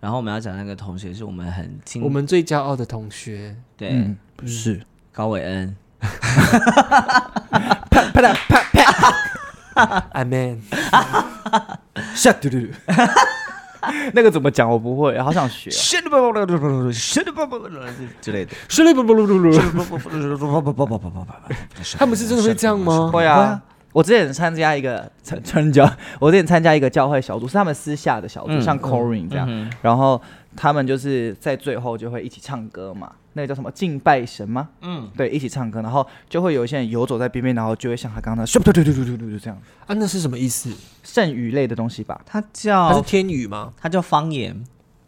S2: 然后我们要讲那个同学是我们很亲，
S3: 我们最骄傲的同 学，
S2: 对、
S1: 嗯，不是，
S2: 高伟恩，
S3: 阿 man，
S1: 下嘟嘟嘟，那个怎么讲我不会，好想学、啊
S2: shit 不不不不不不 shit 不不不之类的，
S3: 是嘞不不不不不，
S2: 不不不不不不不不不不，
S3: 他们是真的会这样吗？
S1: 会啊，我之前参加一个参参加，我之前参加一个教会小组，是他们私下的小组，
S2: 嗯
S1: 像 Corin 这样，
S2: 嗯
S1: 然后他们就是在最后就会一起唱歌嘛，那个叫什么敬拜神吗？
S2: 嗯，
S1: 对，一起唱歌，然后就会有一些人游走在边边，然后就会像他刚刚那，对对对对对对这样，
S3: 啊，那是什么意思？
S1: 剩余类的东西吧。
S2: 他
S3: 他是
S2: 叫
S3: 天语吗
S2: 他叫方言。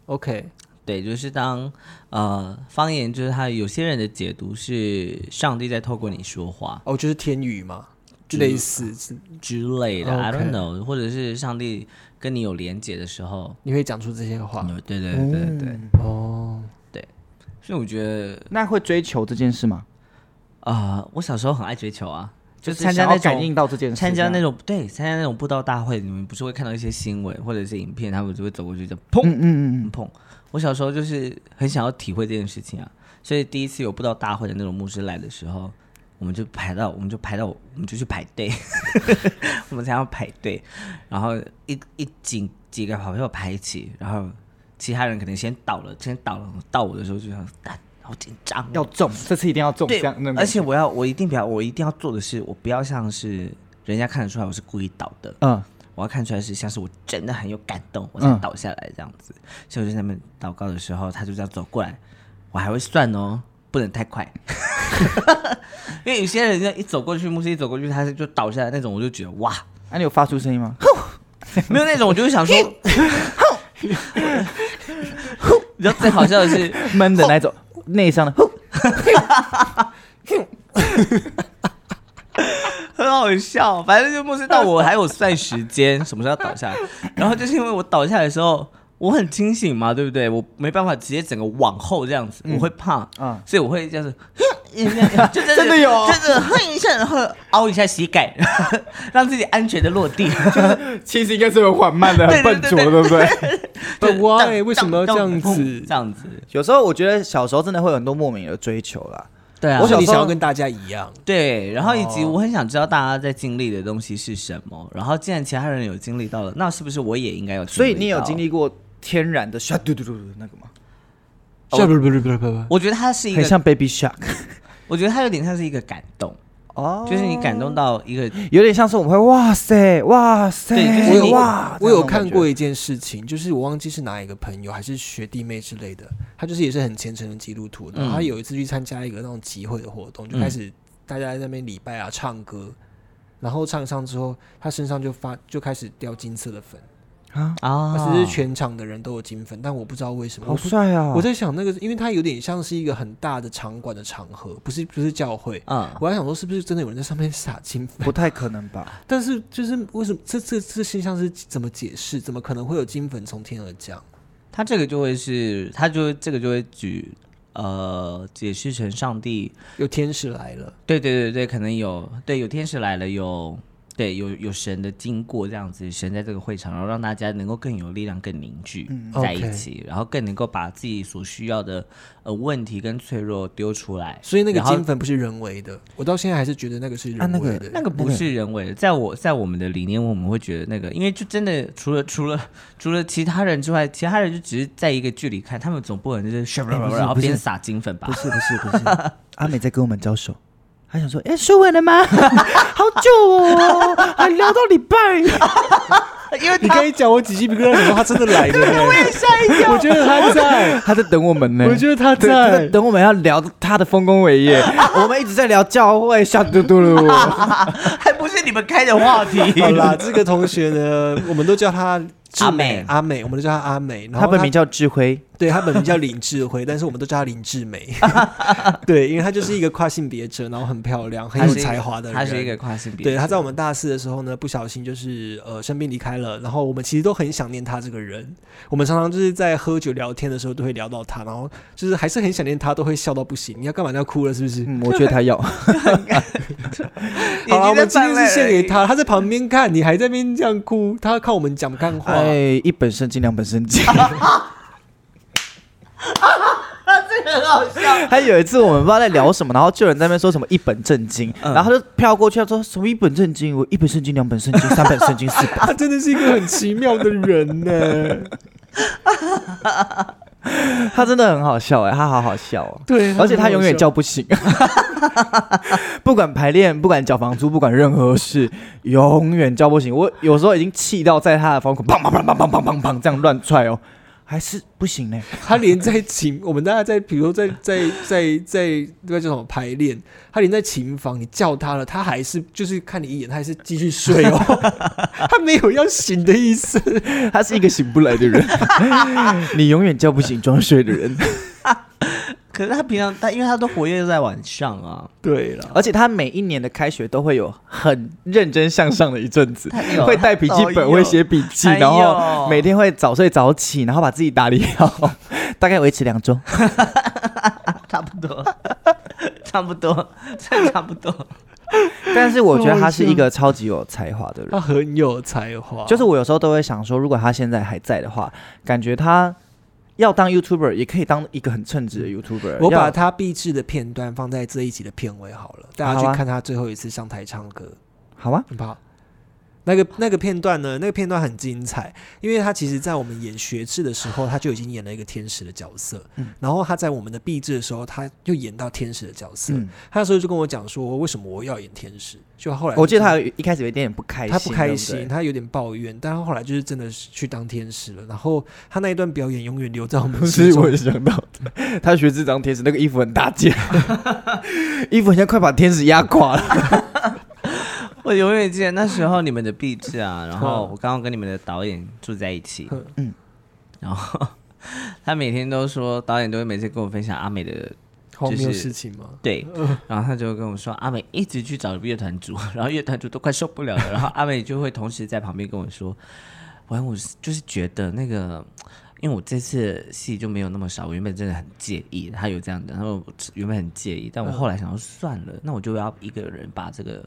S3: 哦？OK，
S2: 对，就是当呃方言，就是他有些人的解读是上帝在透过你说话
S3: 哦，就是天语嘛，就类似是
S2: 之类的
S3: OK
S2: i don't know，或者是上帝跟你有连结的时候，
S3: 你会讲出这些话
S2: 你会对对对对
S1: 嗯
S2: 对，
S3: 哦。
S2: 所以我觉得
S1: 那会追求这件事吗？
S2: 啊、我小时候很爱追求啊，就
S1: 就是
S2: 参加
S1: 想要
S2: 那
S1: 感啊
S2: 种
S1: 应到这件事，
S2: 参加
S1: 这
S2: 那
S1: 样
S2: 种对参加那种布道大会，你们不是会看到一些新闻或者是影片，他们就会走过去就砰
S1: 嗯嗯嗯嗯，
S2: 碰。我小时候就是很想要体会这件事情啊，所以第一次有布道大会的那种牧师来的时候，我们就排到，我们就排到，我们就去排队， 我们才要排队，然后一一几几个好朋友排起，然后其他人可能先到了，先到了，到我的时候就想，干好紧张哦、
S1: 要中，这次一定要中，这
S2: 对
S1: 样那，种
S2: 而且我要我一定不要，我一定要做的是，我不要像是人家看得出来我是故意倒的，
S1: 嗯，
S2: 我要看出来是像是我真的很有感动，我才倒下来这样子。所以我就在那边祷告的时候，他就这样走过来，我还会算哦，不能太快，因为有些人家一走过去，牧师一走过去，他就倒下来那种，我就觉得哇，
S1: 那、啊你有发出声 音吗？
S2: 没有那种，我就会想说， 然后最好笑的是，
S1: 闷的那种，内伤的，呼
S2: 很好笑，反正就牧师到我还有算时间， 什么时候要倒下来，然后就是因为我倒下来的时候，我很清醒嘛，对不对？我没办法直接整个往后这样子，我会怕，
S1: 嗯
S2: 所以我会这样子， 就 真
S1: 真的有
S2: 真的哼一下，然后 凹一下膝盖，让自己安全的 落地。
S1: 其实应该是很缓慢的，
S2: 很笨拙的对
S1: 不对？
S3: But
S2: 当
S3: why？为什么要这
S2: 当
S3: 样子
S2: 砰这？样子，
S1: 有时候我觉得小时候真的会有很多莫名的追求啦，
S2: 对啊
S1: 我
S3: 我
S1: 小
S3: 想
S1: 时
S3: 你
S1: 候
S3: 想要跟大家一样，
S2: 对，然后以及
S3: 哦
S2: 我很想知道大家在经历的东西是什么。然后既然其他人有经历到了，那是不是我也应该有？
S1: 所以你有经。历过天然的 shark 嘟嘟嘟嘟那个吗？
S3: 不不不不不不，
S2: 我觉得它是一
S1: 很
S2: 个，
S1: 像 baby shark
S2: 我觉得它有点像是一个感动，
S1: 哦，
S2: 就是你感动到一个
S1: 有点像是我们会哇塞哇塞，
S2: 对就是
S3: 我有
S1: 哇，这
S3: 我有
S1: 种感
S3: 看
S1: 觉
S3: 过一件事情，就是我忘记是哪一个朋友还是学弟妹之类的，他就是也是很虔诚的基督徒，然
S1: 嗯
S3: 后他有一次去参加一个那种集会的活动，就开始大家在那边礼拜啊唱歌，然后唱上之后，他身上就发就开始掉金色的粉，
S2: 啊，
S3: 他只是全场的人都有金粉，但我不知道为什么，
S1: 好
S3: 我不
S1: 帅啊！
S3: 我在想那个，因为它有点像是一个很大的场馆的场合，不是不是教会。
S2: 嗯，
S3: 我在想说，是不是真的有人在上面撒金粉？
S1: 不太可能吧？
S3: 但是就是为什么这这这现象是怎么解释？怎么可能会有金粉从天而降？
S2: 他这个就会是，他就会这个就会举呃解释成上帝，
S3: 有天使来了，
S2: 对对对对，可能有对有天使来了，有对有有神的经过这样子，神在这个会场，然后让大家能够更有力量、更凝聚在一
S3: 嗯 OK
S2: 起，然后更能够把自己所需要的呃问题跟脆弱丢出来，
S3: 所以那个
S2: 然后
S3: 金粉不是人为的。我到现在还是觉得那个是
S1: 啊
S3: 人
S1: 那个
S3: 为的。
S2: 那个不是人为的，在我在我们的理念，我们会觉得那个，因为就真的除了除了除了其他人之外，其他人就只是在一个距离看，他们总不能就是
S3: 哎
S1: 不是
S2: 然后
S1: 不是
S2: 边撒金粉吧
S1: 不？是不是 不是，阿美在跟我们招手，她想说，哎，收尾了吗？ 好久哦，还聊到礼拜。
S2: 因为
S3: 你刚才讲我几鸡皮疙瘩，想说他真的来了、我也吓一 跳。我觉得他在，
S1: 他在等我们呢，
S3: 我觉得他
S1: 对他在
S3: 在。
S1: 等我们要聊他的丰功伟 业。我们一直在聊教会，笑嘟嘟噜。
S2: 还不是你们开的话题。
S3: 好啦，这个同学呢，我们都叫他志
S2: 阿美
S3: 阿美，我们都叫他阿美。然后
S1: 他本名叫智辉，
S3: 对他本名叫林智慧，但是我们都叫他林志美。 对，因为她就是一个跨性别者，然后很漂亮、 很有才华的人。
S2: 他是一个跨性别者，
S3: 对，她在我们大四的时候呢，不小心就是呃生病离开了，然后我们其实都很想念她这个人。我们常常就是在喝酒聊天的时候都会聊到她，然后就是还是很想念她，都会笑到不行。你要干嘛？你要哭了是不是？
S1: 嗯，我觉得他要。
S3: 好了，我们
S2: 眼睛在
S3: 今天
S2: 泛泪
S3: 是献给
S2: 而已。
S3: 她，她在旁边看，你还在那边这样哭，她看我们讲干话。
S1: 哎，一本圣经，两本圣 经。
S2: 这个很好笑。
S1: 还有一次我们不知道在聊什么，然后就有人在那边说什么一本正经，
S2: 嗯
S1: 然后他就飘过去，他说什么一本正经，我一本圣经，两本圣经，三本圣经， 四本。
S3: 她真的是一个很奇妙的人呢、
S1: 他真的很好笑哎、他好好笑哦、
S3: 对，
S1: 而且他永远
S3: 叫。
S1: 叫不 醒，不管排练，不管缴房租，不管任何事，永远叫不醒。我有时候已经气到在他的房间砰砰砰砰砰砰砰砰这样乱踹哦，还是不行呢、
S3: 他连在琴，我们大家在，比如说在 在在在那个叫什么排练，他连在琴房，你叫他了，他还是就是看你一眼，他还是继续睡 哦，他没有要醒的意思。
S1: 他是一个醒不来的人， 你永远叫不醒装睡的人。
S2: 可是他平常他因为他都活跃在晚上啊，
S3: 对了，
S1: 而且他每一年的开学都会有很认真向上的一阵 子
S2: 哎，呦
S1: 会带笔记
S2: 哎
S1: 本，
S2: 呦
S1: 会写笔记，
S2: 哎呦
S1: 然后每天会早睡早起，然后把自己打理好， 大概维持两周。
S2: 差不多，差不多，这差不多。
S1: 但是我觉得他是一个超级有才华的人，
S3: 他很有才华，
S1: 就是我有时候都会想说，如果他现在还在的话，感觉他要当 YouTuber 也可以当一个很称职的 YouTuber。
S3: 我把
S1: 要
S3: 他壁纸的片段放在这一集的片尾好了，大家
S1: 好啊
S3: 去看他最后一次上台唱歌。
S1: 好啊，
S3: 很不好。那个那个片段呢？那个片段很精彩，因为他其实，在我们演学制的时候，他就已经演了一个天使的角色。
S1: 嗯
S3: 然后他在我们的毕制的时候，他又演到天使的角色。
S1: 嗯
S3: 他那时候就跟我讲说，为什么我要演天使？就后来
S1: 我记得他有一开始有一点点不开心，
S3: 他不开
S1: 对
S3: 心，
S1: 对
S3: 他有点抱怨，但他后来就是真的是去当天使了。然后他那一段表演永远留在 我们
S1: 不
S3: 心
S1: 是，我
S3: 中。
S1: 也想到的，他学这张天使那个衣服很大 件，衣服好像快把天使压垮了。
S2: 我永远记得那时候你们的壁纸啊，然后我刚刚跟你们的导演住在一起，嗯
S1: 嗯，
S2: 然后 他每天都说，导演都会每次跟我分享阿美的
S3: 荒
S2: 就
S3: 谬
S2: 是
S3: 事情吗？
S2: 对，然后他就跟我说，阿美一直去找乐团组， 然后乐团组都快受不了了，然后阿美就会同时在旁边跟我说，完我是就是觉得那个。因为我这次戏就没有那么少，我原本真的很介意，他有这样的，然后我原本很介意，但我后来想说算了，那我就要一个人把这个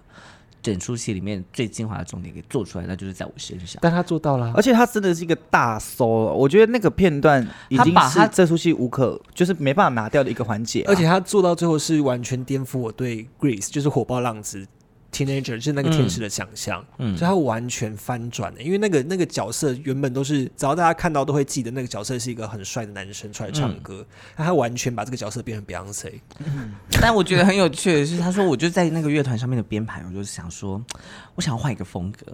S2: 整出戏里面最精华的重点给做出来，那就是在我身上。
S3: 但他做到了啊
S1: 而。且他真的是一个大 solo，我觉得那个片段已经
S2: 他把他
S1: 是这出戏无可就是没办法拿掉的一个环节啊、
S3: 而且他做到最后是完全颠覆我对 Grace，就是火爆浪子 teenager，就是那个天使的想象，嗯，所以他完全翻转了，因为那个那个角色原本都是只要大家看到都会记得那个角色是一个很帅的男生出来唱歌，那、他完全把这个角色变成 Beyonce，
S2: 但我觉得很有趣的是，他说我就在那个乐团上面的编排，我就想说，我想要换一个风格，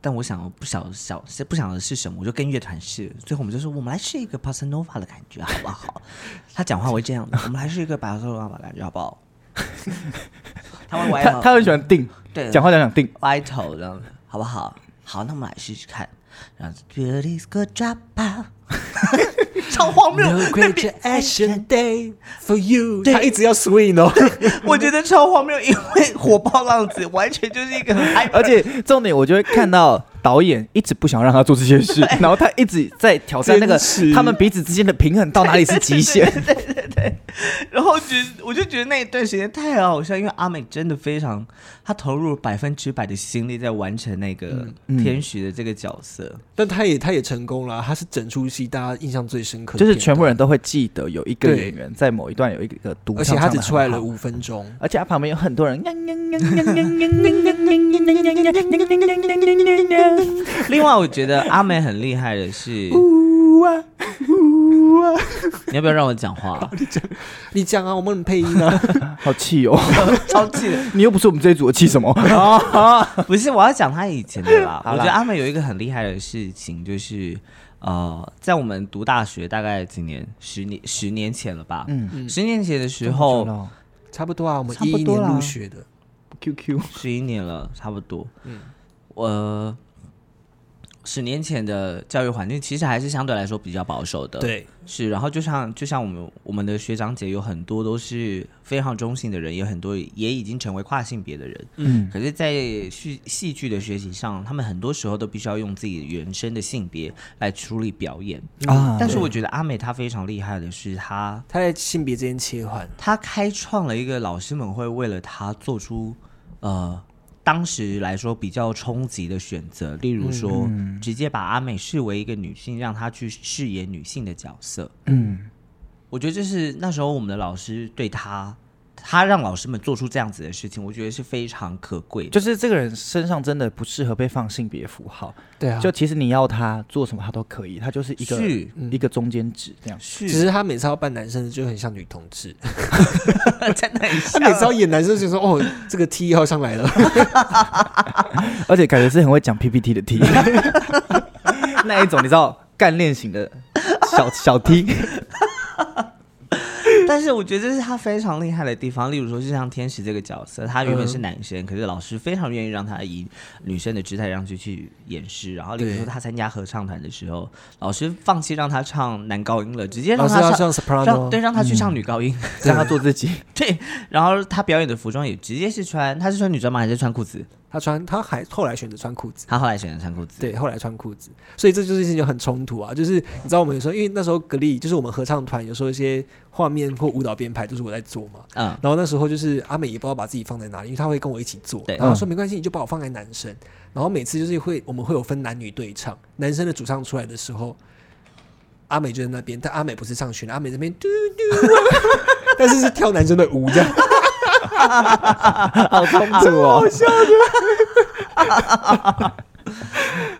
S2: 但我想不晓晓是不晓得是什么，我就跟乐团试。最后我们就说，我们来试一个 p a s a n o v a 的感觉好不好？他讲话会这样的，我们来试一个 p a s a n o v a 的感觉好不好？ 他会歪
S1: 他呃
S2: 头，
S1: 他很喜欢定，
S2: 对
S1: 讲话讲讲定，
S2: 歪头这样子，好不好？好，那我们来试试看。然后 Beauty's good drop out，超荒谬
S3: No
S2: 那边
S3: greater action day for you，
S2: 对
S3: 他一直要 swing 哦，
S2: 我觉得超荒谬，因为火爆浪子完全就是一个很害怕
S1: 而且重点，我就会看到导演一直不想让他做这些 事，然后他一直在挑战那个
S3: 真是
S1: 他们彼此之间的平衡到哪里是极 限。
S2: 然后觉得我就觉得那一段时间太好笑，因为阿美真的非常，她投入百分之百的心力在完成那个
S3: 嗯
S2: 天使的这个角色。
S3: 但他也他也成功了，他是整出戏大家印象最深刻的
S1: 就
S3: 片段，
S1: 是全部人都会记得有一个
S3: 对
S1: 演员在某一段有一个独唱，
S3: 而且他只出来了，五分钟，
S1: 而且他旁边有很多人。
S2: 另外，我觉得阿美很厉害的是，啊你要不要让我讲 话？
S3: 你讲啊，我们配音啊，
S1: 好气 哦！
S2: 超气的，
S1: 你又不是我们这一组的，气什么？
S2: 哦不是，我要讲她以前的啦。我
S1: 啦
S2: 觉得阿美有一个很厉害的事情，就是呃，在我们读大学大概几年，十年十年前了吧？嗯，十年前的时
S1: 哦
S2: 候，
S3: 差不多啊，我们
S2: 差
S3: 一
S2: 不
S3: 一
S2: 多
S3: 年
S2: 啦
S3: 入学的，
S1: QQ
S2: 十一年了，差不多。嗯，我十年前的教育环境其实还是相对来说比较保守的。，
S3: 对，
S2: 是。然后就像就像我们我们的学长姐有很多都是非常中性的人，也有很多也已经成为跨性别的人。嗯，可是，在戏戏剧的学习上，他们很多时候都必须要用自己原生的性别来处理表演。
S1: 啊，
S2: 但是我觉得阿美她非常厉害的是她
S3: 他在性别之间切换，
S2: 他开创了一个老师们会为了他做出呃当时来说比较冲击的选择，例如说、
S3: 嗯
S2: 直接把阿美视为一个女性，让她去饰演女性的角色。嗯，我觉得这是那时候我们的老师对他，他让老师们做出这样子的事情，我觉得是非常可贵 的。
S1: 就是这个人身上真的不适合被放性别符号。
S3: 对啊，
S1: 就
S3: 就
S1: 其实你要他做什么，他都可以，他就是一个嗯
S2: 是
S1: 一个中间值这样。
S2: 是
S3: 只是他每次要扮男生的就很像女同志，
S2: 真的很
S3: 他
S2: 像
S3: 每次要演男生就说 哦，这个 T 要上来 了，
S1: 而且感觉是很会讲 PPT 的 T，那一种你知道干练型的小小 T，
S2: 但是我觉得这是他非常厉害的地方，例如说，就像天使这个角色，他原本是男生，可是老师非常愿意让他以女生的姿态让去去演示。然后，例如说
S3: 对
S2: 他参加合唱团的时候，老师放弃让他唱男高音了，直接让
S3: 老师
S2: 他
S3: 要
S2: 唱
S3: 上
S2: 让
S3: soprano，
S2: 对让他去唱女高音。
S1: 让他做自己。
S2: 对，然后他表演的服装也直接是穿，他是穿女装吗？还是穿裤子？
S3: 他穿他还后来选择穿裤子。
S2: 他后来选择穿裤子。
S3: 对，后来穿裤子，所以这就是事情就很冲突啊！就是你知道我们有时候，因为那时候格力就是我们合唱团，有时候一些画面或舞蹈编排都是我在做嘛，
S2: 嗯，
S3: 然后那时候就是阿美也不知道把自己放在哪里，因为她会跟我一起做，
S2: 对
S3: 然后她说没关系，你就把我放在男生。然后每次就是会我们会有分男女对唱，男生的主唱出来的时候，阿美就在那边，但阿美不是上去，阿美这边嘟嘟， 但是是跳男生的舞这样。
S1: 好冲
S3: 啊
S1: 突哦！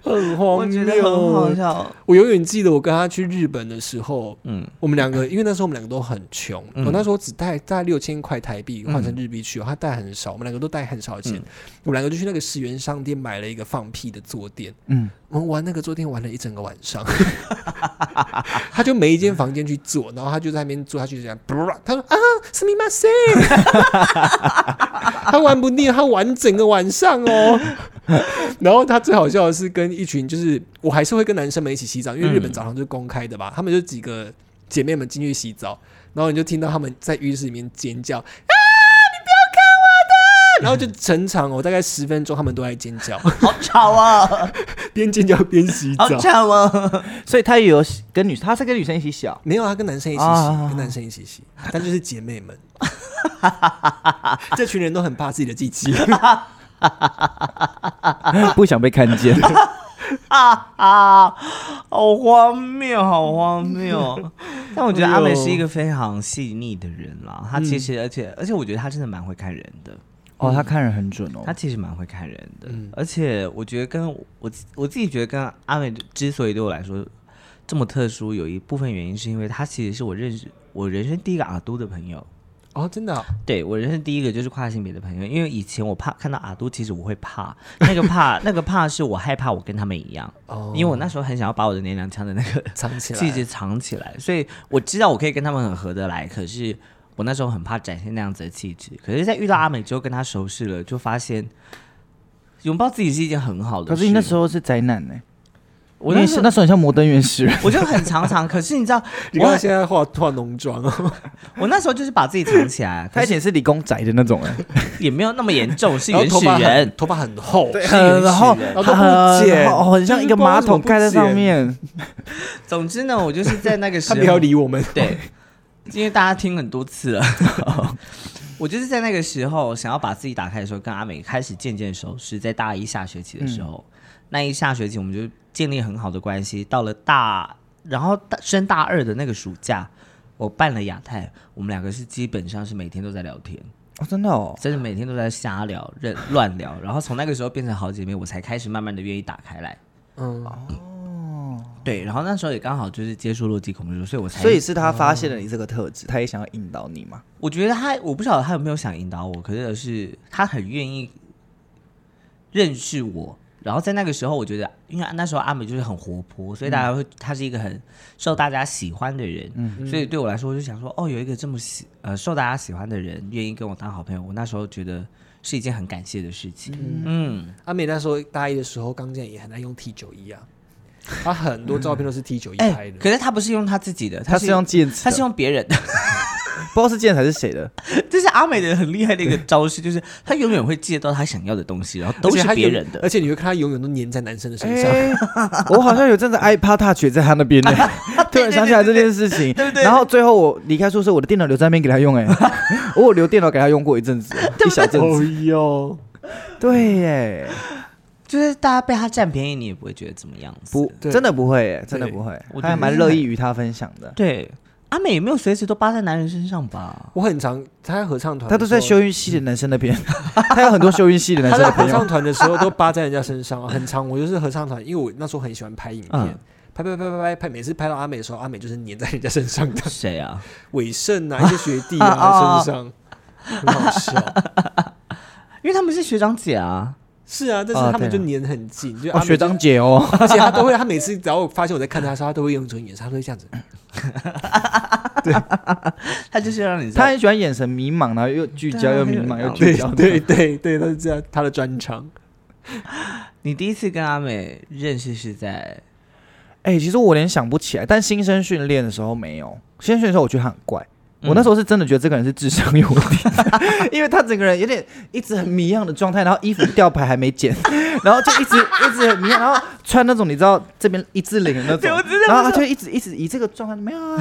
S3: 很荒
S2: 我觉得很好
S3: 谬。
S2: 笑。
S3: 我永远记得我跟他去日本的时候，嗯，我们两个因为那时候我们两个都很穷，我那时候只带大概六千块台币换成日币去，他带很少，我们两个都带很少钱，我们两个就去那个十元商店买了一个放屁的坐垫，
S1: 嗯，
S3: 我们玩那个坐垫玩了一整个晚上，他就每一间房间去坐，然后他就在那边坐，他就这样，他说啊，すみません， 他玩不腻，他玩整个晚上哦。然后他最好笑的是跟一群，就是我还是会跟男生们一起洗澡，因为日本澡堂就是公开的吧，他们就几个姐妹们进去洗澡，然后你就听到他们在浴室里面尖 叫啊，你不要看我的，然后就整场哦，大概十分钟他们都在尖叫， 哦
S2: 好吵啊！
S3: 边尖叫边洗
S2: 好
S3: 澡。
S2: 吵啊！
S1: 所以他也有跟女，他是跟女生一起小，
S3: 没有啊，跟男生一起洗，
S1: 啊
S3: 跟男生一起洗，但就是姐妹们， 这群人都很怕自己的鸡鸡。
S1: 不想被看见。
S2: 啊啊！ 好荒谬，好荒谬！但我觉得阿美是一个非常细腻的人啦，她其实而且而且我觉得她真的蛮会看人的。
S1: 哦，他看人很准哦
S2: 他。其实蛮会看人的，
S3: 嗯
S2: 而且我觉得跟我自我自己觉得跟阿美之所以对我来说这么特殊，有一部分原因是因为他其实是我认识我人生第一个阿都的朋友。
S3: 哦，真的哦、
S2: 对我人生第一个就是跨性别的朋友，因为以前我怕看到阿都，其实我会怕，那个怕那个怕是我害怕我跟他们一样，
S3: 哦
S2: 因为我那时候很想要把我的娘娘腔的那个
S3: 藏起来
S2: 气质藏起来，所以我知道我可以跟他们很合得来，可是我那时候很怕展现那样子的气质。可是，在遇到阿美之后，跟她熟识了，就发现拥抱自己是一件很好的
S1: 可
S2: 事。
S1: 是你那时
S2: 候，
S1: 候是宅男呢、
S2: 我
S1: 那
S2: 那
S1: 时
S2: 时
S1: 那
S2: 候，
S1: 时候很像摩登原始人。
S2: 我就很常常，可是你知道，
S3: 你
S2: 我
S3: 看他
S2: 很
S3: 现在化化浓妆哦，
S2: 我那时候就是把自己藏起来，啊
S1: 他
S2: 可
S1: 以
S2: 是
S1: 前是理工宅的那 种欸人，
S2: 也没有那么严重，是
S3: 然后
S2: 原
S3: 头
S2: 始
S3: 发
S2: 人
S3: 很。头发很厚，
S1: 对，
S3: 是原始
S1: 呃然后
S3: 人
S1: 他
S3: 然后都不剪，
S1: 很很像一个马桶盖在上面。
S2: 总之呢，我就是在那个时
S3: 他
S2: 候，
S3: 不要理我们，
S2: 对，因为大家听很多次了。 我就是在那个时候想要把自己打开的时候，跟阿美开始渐渐熟识，在大一下学期的时候，
S1: 嗯
S2: 那一下学期我们就建立很好的关系。到了大，然后大升大二的那个暑假，我办了亚太，我们两个是基本上是每天都在聊天，
S1: 哦，真的哦，
S2: 真的每天都在瞎聊、任乱聊。然后从那个时候变成好姐妹，我才开始慢慢的愿意打开来。
S3: 嗯，
S2: 对，然后那时候也刚好就是接触洛基恐惧症，所以我才
S1: 所以是他发现了你这个特哦质，他也想要引导你嘛。
S2: 我觉得他，我不晓得他有没有想引导我，可是而是他很愿意认识我。然后在那个时候，我觉得，因为那时候阿美就是很活泼，所以大家会，她是一个很受大家喜欢的人，所以对我来说，我就想说，哦，有一个这么喜呃受大家喜欢的人，愿意跟我当好朋友，我那时候觉得是一件很感谢的事情。嗯，
S3: 阿美那时候大一的时候，刚进来也很爱用 T 九一啊，她很多照片都是 T 九一
S2: 哎、
S3: 拍的，
S2: 可是他不是用他自己的，
S1: 他
S2: 他
S1: 是用剑齿的，
S2: 他是用别人的，
S1: 不知道是剑还是谁的，
S2: 这是阿美的很厉害的一个招式，就是他永远会借到他想要的东西，然后都
S3: 而且
S2: 是
S3: 她
S2: 别
S3: 永
S2: 人的
S3: 而。且你会看她永远都粘在男生的 身上，
S1: 哎，我好像有阵子 iPad Touch 也在他那边呢，欸 突然想起来这件事情。
S2: 对对对
S1: 然后最后我离开宿舍，我的电脑留在那边给他用， 哎，我有留电脑给他用过一阵子，一小阵
S3: 哦
S1: 子。
S3: 哟，
S1: 对，耶，
S2: 就是大家被他占便宜，你也不会觉得怎么样子。
S1: 不，
S3: 对
S1: 真的不会，耶，真的不会，
S2: 我觉得
S1: 他还蛮乐意与他分享的。
S2: 对，阿美也没有随时都扒在男人身上 吧？
S3: 我很常她在合唱团的时候，
S1: 他都在修音系的男生那边， 他有很多修音系的男
S3: 他
S1: 生的
S3: 在
S1: 朋
S3: 合
S1: 友
S3: 唱。团的时候都扒在人家身上，啊很长。我就是合唱团，因为我那时候很喜欢拍影
S2: 嗯
S3: 片，拍拍拍拍拍拍，每次拍到阿美的时候，阿美就是粘在人家身上的
S2: 谁啊？
S3: 尾盛啊，一些学弟啊身上，很好笑。
S2: 因为他们是学长姐啊。
S3: 是啊，但
S1: 啊
S3: 是他们
S1: 对
S3: 就
S1: 啊
S3: 粘很近，就阿
S1: 哦，
S3: 美就
S1: 学长，姐哦，
S3: 而且他都会，他每次只要我发现我在看他的时候，他都会用一种眼神，他都会这样子。
S2: 他就是要让你知
S1: 他
S2: 道，
S1: 很喜欢眼神迷茫，然后又聚焦，
S2: 对啊
S1: 又迷茫，又
S3: 对
S1: 聚焦。
S3: 对对对，他是这样，他的专长。
S2: 你第一次跟阿美认识是在
S1: 哎、其实我有点想不起来，但新生训练的时候没有。新生训练的时候，我觉得他很怪。我那时候是真的觉得这个人是智商有问题， 因为他整个人有点一直很迷样的状态，然后衣服吊牌还没剪， 然后就一直一直很迷样，然后穿那种你知道这边一字领的那种，然后他就一直一直以这个状态没有啊，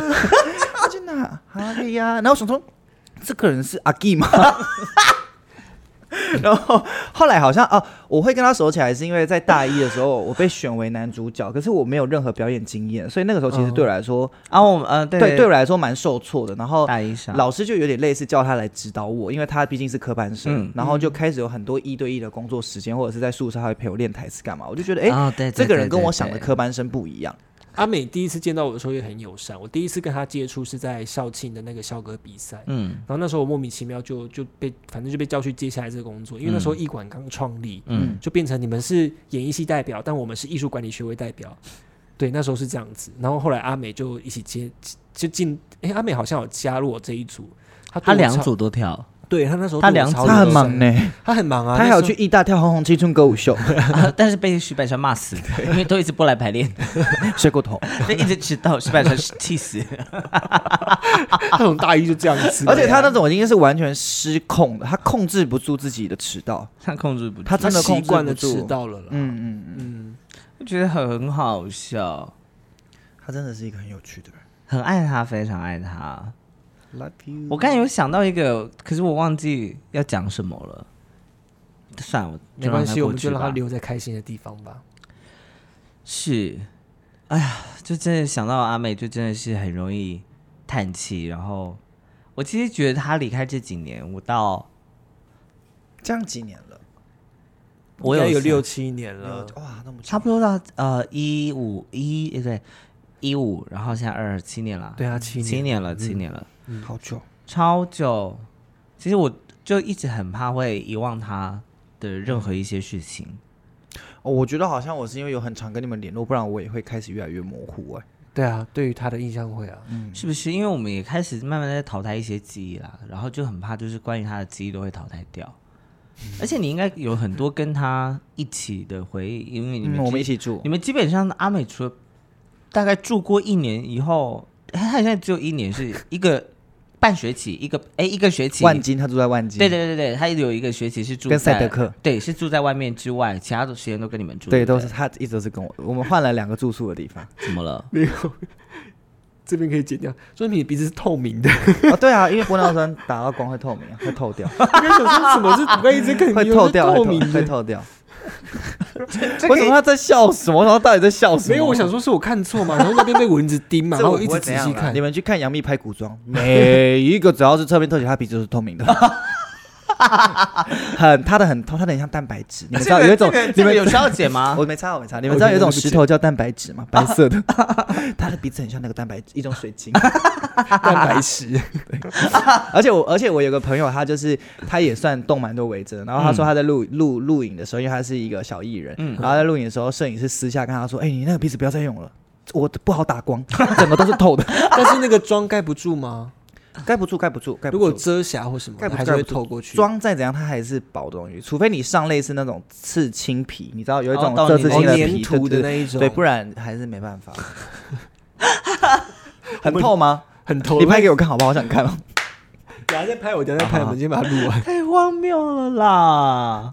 S1: 我就那啊对呀，然后我想说这个人是阿 G 吗？ 然后后来好像哦、我会跟他熟起来，是因为在大一的时候我被选为男主角，可是我没有任何表演经验，所以那个时候其实对我来说，
S2: 啊，我们呃，对
S1: 对对我来说蛮受挫的。然后
S2: 大一上
S1: 老师就有点类似叫他来指导我，因为他毕竟是科班生，
S2: 嗯
S1: 然后就开始有很多一对一的工作时间，或者是在宿舍他会陪我练台词干嘛，我就觉得哎，
S2: 哦对对
S1: 这个人
S2: 对
S1: 跟
S2: 对
S1: 我想的
S2: 对
S1: 科班生不一样。
S3: 阿美第一次见到我的时候也很友善，我第一次跟他接触是在校庆的那个校歌比赛。
S2: 嗯
S3: 然后那时候我莫名其妙就就被，反正就被叫去接下来这个工作，因为那时候艺馆刚创立，
S2: 嗯，
S3: 就变成你们是演艺系代表，但我们是艺术管理学位代表。对，那时候是这样子。然后后来阿美就一起接，就进，哎、阿美好像有加入我这一组，她对
S2: 他
S3: 我
S2: 两
S3: 超，
S2: 组都跳，
S3: 对她那时候
S2: 她
S3: 对我
S2: 两
S3: 超
S2: 组
S1: 他很
S3: 友
S1: 忙
S3: 善，
S1: 呢，
S3: 她很忙啊，
S1: 他还
S3: 那
S1: 有
S3: 时
S1: 去
S3: 候
S1: 艺大跳《红红青春歌舞秀》，
S2: 啊但是被徐百川骂死，因为都一直过来 排练，
S1: 睡过头。
S2: 就一直迟到，徐百川气死。
S3: 她从大一就这样子，
S1: 啊
S3: 啊
S1: 而且他那种已经是完全失控的，他控制不住自己的迟到。
S2: 他控制不住，
S1: 他
S3: 她
S1: 真的控
S3: 习
S1: 制
S3: 惯
S1: 不
S3: 了
S1: 住
S3: 迟到了啦。
S1: 嗯嗯嗯，
S3: 嗯，
S2: 我觉得很好笑，
S1: 他真的是一个很有趣的人。
S2: 很爱他，非常爱他。
S1: Love you。
S2: 我刚才有想到一个，可是我忘记要讲什么了。算了，我
S3: 没关系，我
S2: 就让它过去吧
S3: 们就让她留在开心的地方吧。
S2: 是，哎呀，就真的想到阿美，就真的是很容易叹气。然后我其实觉得她离开这几年，我到
S1: 这样几年了？
S2: 我
S3: 应该
S2: 有
S3: 有六七年
S1: 啊
S3: 了，
S1: 哇，那么久
S2: 差不多到呃一五一诶对一五，然后现在二七年了，
S3: 对啊，七
S2: 七
S3: 年，
S2: 年了，七年了，
S1: 好久，
S2: 超久。其实我就一直很怕会遗忘他的任何一些事情。
S1: 哦我觉得好像我是因为有很常跟你们联络，不然我也会开始越来越模糊哎、
S3: 对啊，对于他的印象会啊，
S2: 是不是？因为我们也开始慢慢在淘汰一些记忆啦，然后就很怕，就是关于他的记忆都会淘汰掉。
S1: 嗯
S2: 而且你应该有很多跟他一起的回忆，因为你们、
S1: 嗯，我们一起住
S2: 你，们基本上阿美除了大概住过一年以后，哎他现在只有一年是一个半学期，一个哎一个学期，
S1: 万金他住在万金，
S2: 对对对对，他有一个学期是住
S1: 跟赛德
S2: 在
S1: 克，
S2: 对，是住在外面之外，其他的时间都跟你们住，
S1: 对，
S2: 不
S1: 都是他一直都是跟我，我们换了两个住宿的地 方。
S2: 怎么了？
S3: 没有， 这边可以剪掉，说明你鼻子是透明 的。
S1: 哦，对啊，因为玻尿酸打到光会透明啊，会透 掉，
S3: 我刚想说什么是我刚一直 看
S1: 会
S3: 你
S1: 透掉，
S3: 透
S1: 会
S3: 明
S1: 透会
S3: 的，
S1: 透掉。
S3: 这
S1: 为
S3: 可
S1: 什
S3: 以
S1: 么他在笑什么？他到底在笑什么？
S3: 没有，我想说是我看错 嘛，然后那边被蚊子叮嘛，
S1: 这
S3: 然后
S1: 我
S3: 我一
S1: 不会
S3: 直仔
S1: 怎样
S3: 细
S1: 啦
S3: 看
S1: 你。们去看杨幂拍古装，每一个只要是侧面特写，她鼻子都是透明的，很她的很透，她的很像蛋白质。你们知道有一种
S2: 这个这个
S1: 你
S2: 这个
S1: 们
S2: 有需要解吗？
S1: 啊我没擦，我没擦。你们知道有一种石头叫蛋白质
S3: 啊
S1: 吗？白色的， 她的鼻子很像那个蛋白质，一种水晶。
S3: 蛋 白石，
S1: 而且我，而且我有个朋友，他就是他也算动蛮多维真的。然后他说
S3: 嗯
S1: 他在录录录影的时候，因为他是一个小艺人，然后在录影的时候，摄影师私下跟他说：“哎，你那个鼻子不要再用了，我不好打光，整个都是 透的，
S3: 但是那个妆盖不住吗？
S1: 盖不住，盖不住，盖不
S3: 如
S1: 住。”
S3: 果遮瑕或什么
S1: 盖
S3: 的，
S1: 不
S3: 还
S1: 住
S3: 是会透过去。
S1: 妆再怎样，它还是薄的东西，除非你上类似那种刺青皮，你知道有一
S2: 哦
S1: 种
S2: 懂
S1: 这
S2: 你
S1: 刺
S2: 的
S1: 青的
S3: 哦
S1: 皮，
S3: 粘涂
S1: 对
S3: 的那一种
S1: 对，不然还是没办法。很透吗？
S3: 很透。
S1: 你拍给我啊看好不好？我想看哦。
S3: 等下再拍我，等下再拍， 我们先把它录完。
S2: 太荒谬了啦！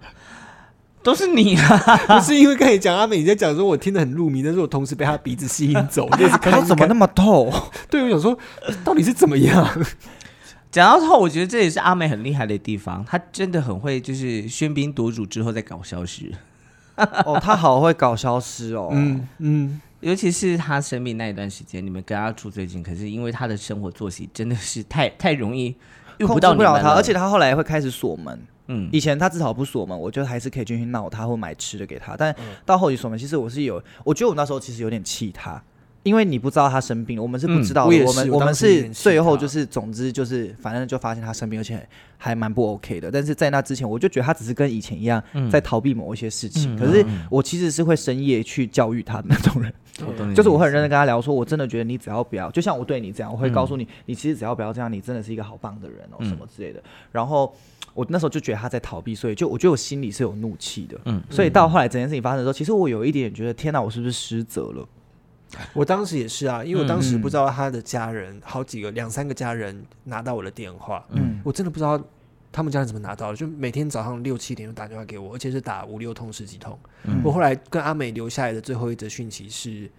S2: 都是你啊！
S3: 不是因为刚才讲阿美你在讲说，我听得很入迷，但是我同时被她鼻子吸引走，啊就是看
S1: 它怎么那么
S3: 么？
S1: 透？
S3: 对，我想说到底是怎么样？
S2: 讲到透，我觉得这也是阿美很厉害的地方，她真的很会就是喧宾夺主之后再搞消失，
S1: 哦，它好会搞消失哦。
S3: 嗯嗯，
S2: 尤其是她生病那一段时间，你们跟她住最近，可是因为她的生活作息真的是太太容易遇
S1: 控
S2: 不
S1: 制
S2: 到
S1: 不
S2: 你们
S1: 了它，而且它后来会开始锁门。
S2: 嗯，
S1: 以前它至少不锁门，我就还是可以进去闹它或买吃的给它。
S3: 嗯
S1: 但到后期锁门，其实我是有，我觉得我那时候其实有点气它，因为你不知道它生病，我们是不知道
S3: 嗯我
S1: 的。
S3: 也是
S1: 们
S3: 我
S1: 我们
S3: 当时有
S1: 是
S3: 点气
S1: 最后
S3: 它
S1: 就是，总之就是，反正就发现它生病，而且还蛮不 OK 的。但是在那之前，我就觉得它只是跟以前一样
S3: 嗯
S1: 在逃避某一些事情。可是我其实是会深夜去教育它的那种人。
S2: 懂你的
S1: 就是我
S2: 意
S1: 会
S2: 思
S1: 很认真跟他聊说，我真的觉得你只要不要，就像我对你这样，我会告诉你，你其实只要不要这样，你真的是一个好棒的人哦，什么之类的。然后我那时候就觉得他在逃避，所以就我觉得我心里是有怒气的。
S2: 嗯
S1: 所以到后来整件事情发生的时候，其实我有一点觉得，天哪，我是不是失责了？
S3: 我当时也是啊，因为我当时不知道他的家人好几个两三个家人拿到我的电话，
S1: 嗯
S3: 我真的不知道他们家人怎么拿到的，就每天早上六七点就打电话给我，而且是打五六通十几通。
S1: 嗯
S3: 我后来跟阿美留下来的最后一则讯息是，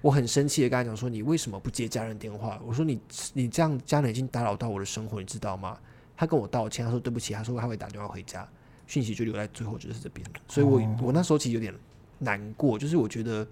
S3: 我很生气的跟他讲说，你为什么不接家人电话？我说你你这样家人已经打扰到我的生活，你知道吗？他跟我道歉，他说对不起，他说他会打电话回家，讯息就留在最后就是这边了。所以我、
S1: 哦
S3: 我那时候其实有点难过，就是我觉得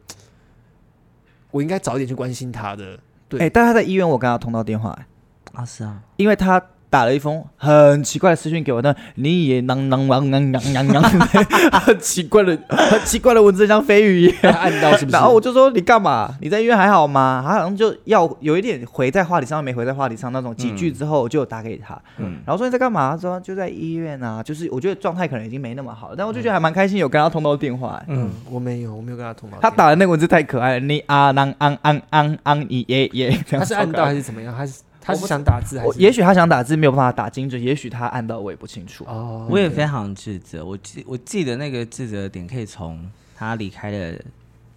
S3: 我应该早一点去关心他 的。对
S1: 哎、但他在医院，我跟他通到电话、哎
S2: 啊是啊，
S1: 因为他。打了一封很奇怪的私讯给我，那你也囔囔囔囔囔囔囔， 很奇怪的、很奇怪的文字，像飞鱼一样。
S3: 他按到是不是？
S1: 然后我就说你干嘛？你在医院还好吗？他好像就要有一点回在话题上，没回在话题上那种。几句之后我就有打给他，
S2: 嗯
S1: 然后说你在干嘛？他说就在医院啊，就是我觉得状态可能已经没那么好了，但我就觉得还蛮开心，有跟他通到电话、欸
S3: 嗯，我没有，我没有跟他通话。
S1: 他打的那个文字太可爱了，你啊啷昂昂昂昂咦耶 耶，这
S3: 他
S1: 样
S3: 是
S1: 超
S3: 按
S1: 可
S3: 到
S1: 爱
S3: 还是怎么样？他是他
S1: 我
S3: 是
S1: 不
S3: 想打字还
S1: 我
S3: 是？
S1: 也许他想打字没有办法打精准，也许他按到我也不清楚。
S3: 哦，
S2: 我也非常自责。我记我记得那个自责的点可以从他离开的，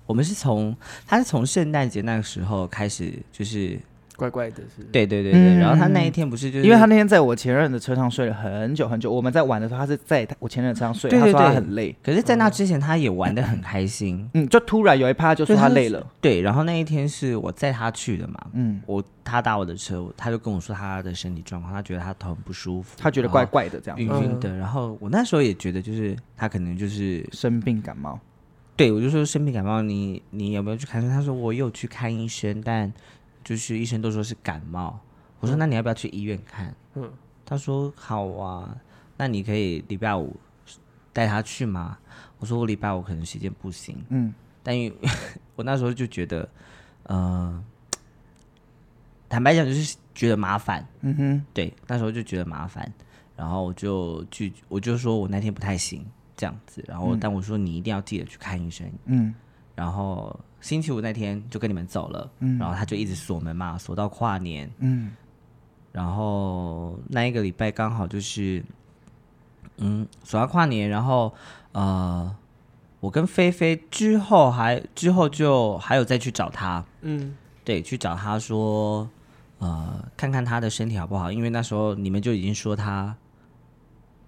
S2: 我们是从他是从圣诞节那个时候开始，就是
S3: 怪怪的是。
S2: 对对对对，
S1: 嗯
S2: 然后他那一天不是就是
S1: 因为他那天在我前任的车上睡了很久很久，我们在玩的时候，他是在我前任的车上睡，
S2: 对
S1: 他
S2: 对
S1: 说他
S2: 对
S1: 很累，
S2: 可是，在那之前他也玩的很开心，
S1: 嗯，就突然有一趴他就说
S2: 对
S1: 他
S2: 他是
S1: 累了，
S2: 对。然后那一天是我载他去的嘛，
S1: 嗯，
S2: 我他搭我的车，他就跟我说他的身体状况，他觉得他头很不舒服，
S1: 他觉得怪怪的这嗯样
S2: 然后。晕晕的。然后我那时候也觉得，就是他可能就是
S1: 生病感冒，
S2: 对我就说生病感冒你，你有没有去看医生？他说我有去看医生，但就是医生都说是感冒。我说那你要不要去医院看？嗯，他说好啊。那你可以礼拜五带他去吗？我说我礼拜五可能时间不行，
S1: 嗯，
S2: 但因为 我那时候就觉得，呃，坦白讲就是觉得麻烦，
S1: 嗯哼，
S2: 对，那时候就觉得麻烦，然后我就拒，我就说我那天不太行这样子，然后但我说你一定要记得去看医生，
S1: 嗯
S2: 然后星期五那天就跟你们走了，
S1: 嗯
S2: 然后他就一直锁门嘛，锁到跨年，
S1: 嗯
S2: 然后那一个礼拜刚好就是，嗯，锁到跨年，然后呃，我跟菲菲之后还之后就还有再去找他，
S3: 嗯，
S2: 对，去找他说，呃，看看他的身体好不好，因为那时候你们就已经说他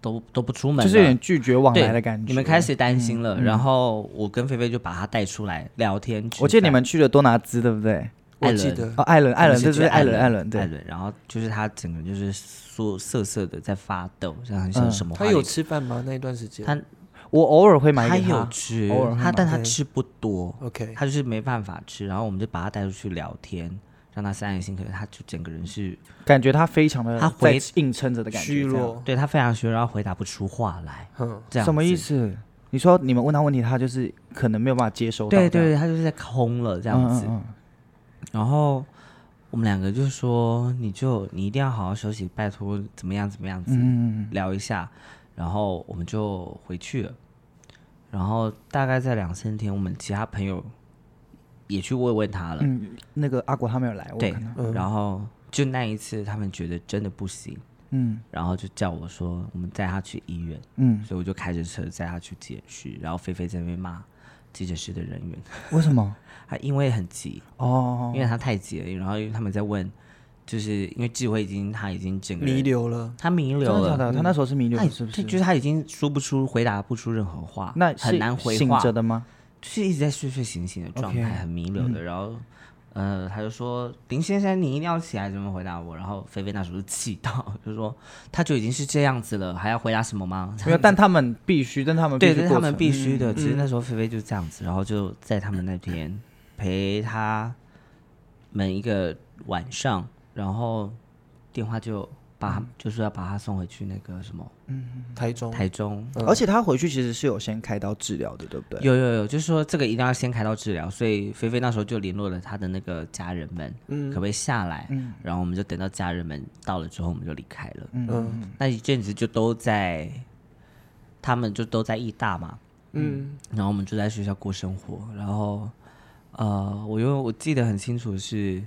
S2: 都都不出门
S1: 就
S2: 了，
S1: 是有点拒绝往来
S2: 对
S1: 的感觉。
S2: 你们开始担
S1: 嗯
S2: 心了，然后我跟菲菲就把他带出来聊天。
S1: 我记得
S2: 吃
S1: 你
S2: 饭
S1: 们去了多拿兹，对不对？
S3: 我
S2: 艾
S3: 记
S2: 伦
S3: 得
S1: 哦，艾伦，艾伦，
S2: 我
S1: 这
S2: 嗯们
S1: 是
S2: 去
S1: 艾伦，
S2: 伦，
S1: 艾伦，对，
S2: 艾伦。然后就是他整个就是缩瑟瑟的在发抖，像很
S1: 嗯
S2: 像什么话
S3: 他
S2: 也、
S3: 有吃饭吗？那一段时间，
S2: 他
S1: 我偶尔会买
S2: 他
S1: 给
S2: 有
S1: 他。
S2: 吃
S1: 偶尔会，
S2: 他但他
S3: 对
S2: 吃不多
S3: OK
S2: 他就是没办法吃。然后我们就把他带出去聊天，让他散散心。可是他就整个人是
S1: 感觉他非常的
S2: 他回
S1: 在硬撑着的感觉，
S3: 虚
S1: 这样
S3: 弱，
S2: 对他非常虚弱，然后回答不出话来，
S3: 嗯，
S2: 这样
S1: 什么意
S2: 子？
S1: 思？你说你们问他问题，他就是可能没有办法接收到这
S2: 对
S1: 样，
S2: 对对，他就是在空了这
S1: 这
S2: 样子。
S1: 嗯嗯
S2: 然后我们两个就说，你就你一定要好好休息，拜托，怎么样怎么样子，
S1: 嗯
S2: 聊一下。然后我们就回去了。然后大概在两三天，我们其他朋友也去慰问他了。
S1: 嗯嗯，那个阿果他没有来，我
S2: 对
S1: 看到，，
S2: 然后就那一次，他们觉得真的不行，
S1: 嗯
S2: 然后就叫我说，我们带他去医院。
S1: 嗯，
S2: 所以我就开着车载他去解释，然后菲菲在那边骂急诊室的人员，
S1: 为什么？
S2: 他因为很急，
S1: 哦
S2: 因，为他太急了，然后因为他们在问，就是因为智慧已经他已经整个人
S3: 弥，留了，
S2: 他弥
S1: 真
S2: 留
S1: 的假
S2: 了，
S1: 的？他那时候是弥留
S2: 他已
S1: 是不？
S2: 他嗯哎就是是他已经说不出回答不出任何话，
S1: 那是
S2: 很难回
S1: 醒
S2: 话，
S1: 着的吗？
S2: 就是一直在睡睡醒醒的状态
S1: OK，嗯
S2: 很弥留的，然后。呃，他就说林先生，你一定要起来，怎么回答我？然后菲菲那时候就气到，就说他就已经是这样子了，还要回答什么吗？
S1: 没有，但嗯他们必须，但他们必须
S2: 对，这是
S1: 过嗯
S2: 他们
S1: 程
S2: 必须的。只是那时候菲菲就这样子，然后就在他们那边陪他们一个晚上，然后电话就
S1: 嗯
S2: 把他就说要把他送回去那个什么
S3: 台中，
S2: 台中。
S1: 而且他回去其实是有先开刀治疗的，对不对？
S2: 有有有，就是说这个一定要先开刀治疗，所以菲菲那时候就联络了他的那个家人们，
S3: 嗯
S2: 可不可以下来？然后我们就等到家人们到了之后，我们就离开了。
S3: 嗯
S2: 那一阵子就都在，他们就都在义大嘛，
S3: 嗯，
S2: 然后我们就在学校过生活，然后呃，我因为我记得很清楚是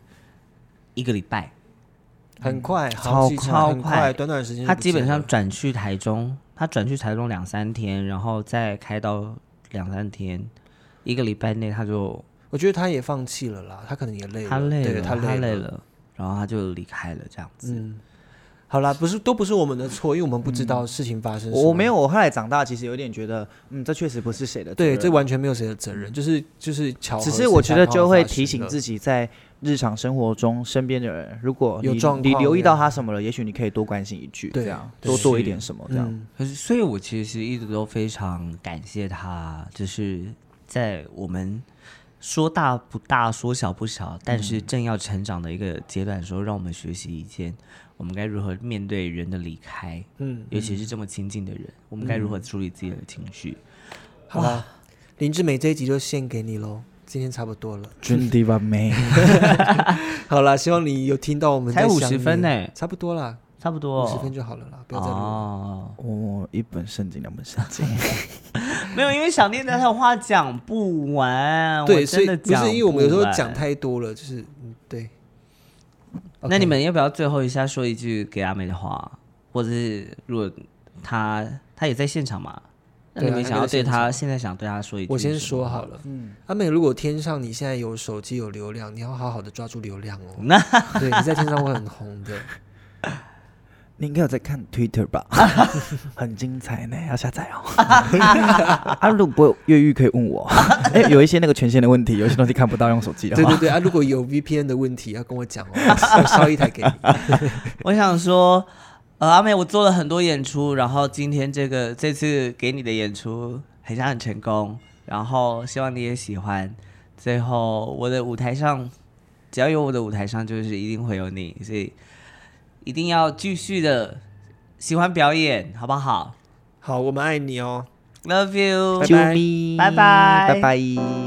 S2: 一个礼拜，
S3: 很快，
S1: 超
S3: 好几场
S2: 快
S3: 很快，短短时间就
S2: 他
S3: 嗯不
S2: 基本
S3: 见
S2: 上
S3: 了
S2: 转去台中，他转去台中两三天，然后再开到两三天，一个礼拜内他就
S3: 我觉得他也放弃了啦，他可能也累了，
S2: 他累
S3: 对
S2: 了，
S3: 他
S2: 累
S3: 累了。嗯
S2: 了，然后他就离开了这样子。
S3: 好啦，不是都不是我们的错，因为我们不知道事情发生。
S1: 我没，有，我后来长大其实有点觉得，嗯，这确实不是谁的责
S3: 对，
S1: 任。
S3: 这完全没有谁的责任，就是就是巧合。
S1: 只是我觉得就会提醒
S3: 己，
S1: 自己，在日常生活中身边的人，如果你
S3: 有状况
S1: 你留意到他什么了，也许你可以多关心一句，
S3: 对啊
S1: 这样
S3: 对
S1: 多做一点什么，这样。
S3: 嗯
S2: 可是，所以我其实一直都非常感谢他，就是在我们说大不大、说小不小，但是
S3: 嗯
S2: 正要成长的一个阶段的时候，让我们学习一件我们该如何面对人的离开，
S3: 嗯，
S2: 尤其是这么亲近的人，我们该如何处理自己的情绪。
S3: 好啦，林志美这一集就献给你喽，今天差不多了。
S1: 真的吧，妹。
S3: 好啦，希望你有听到我们
S2: 才
S3: 在想
S2: 50分
S3: 你
S2: 呢
S3: 差不多啦，
S2: 差不多
S3: 五十分就好了啦，不要再录了。
S2: 哦，
S1: 我一本圣经，两本圣经。
S2: 没有，因为小念他有话讲不完，啊我
S3: 对，所
S2: 真
S3: 以
S2: 的
S3: 不是因为我们有时候讲
S2: 太。
S3: 太多了，就是嗯，对。
S2: 那你们要不要最后一下说一句给阿美的话，或者是如果他他也在现场嘛？那
S3: 对啊
S2: 你们想
S3: 他
S2: 要
S3: 在
S2: 对
S3: 现
S2: 他
S3: 场
S2: 现在想对他说一句？
S3: 我先说好。了，嗯，阿美，如果天上你现在有手机有流量，你要好好的抓住流量哦。
S2: 那
S3: 对，你在天上会很红的。
S1: 你应该有在看 Twitter 吧？很精彩呢，要下载哦。 啊，如果越狱可以问我。 哎，有一些那个权限的问题，有一些东西看不到，用手机的
S3: 对
S1: 话
S3: 对。对啊，如果有 VPN 的问题要跟我讲哦，我烧一台给你。
S2: 我想说，呃，阿美，我做了很多演出，然后今天这个这次给你的演出很像很成功，然后希望你也喜欢。最后，我的舞台上，只要有我的舞台上，就是一定会有你，所以一定要继续的喜欢表演，好不好
S3: 好，我们爱你哦。
S2: ？Love you，
S3: 拜拜
S1: 啾咪
S2: 拜拜
S1: 拜拜。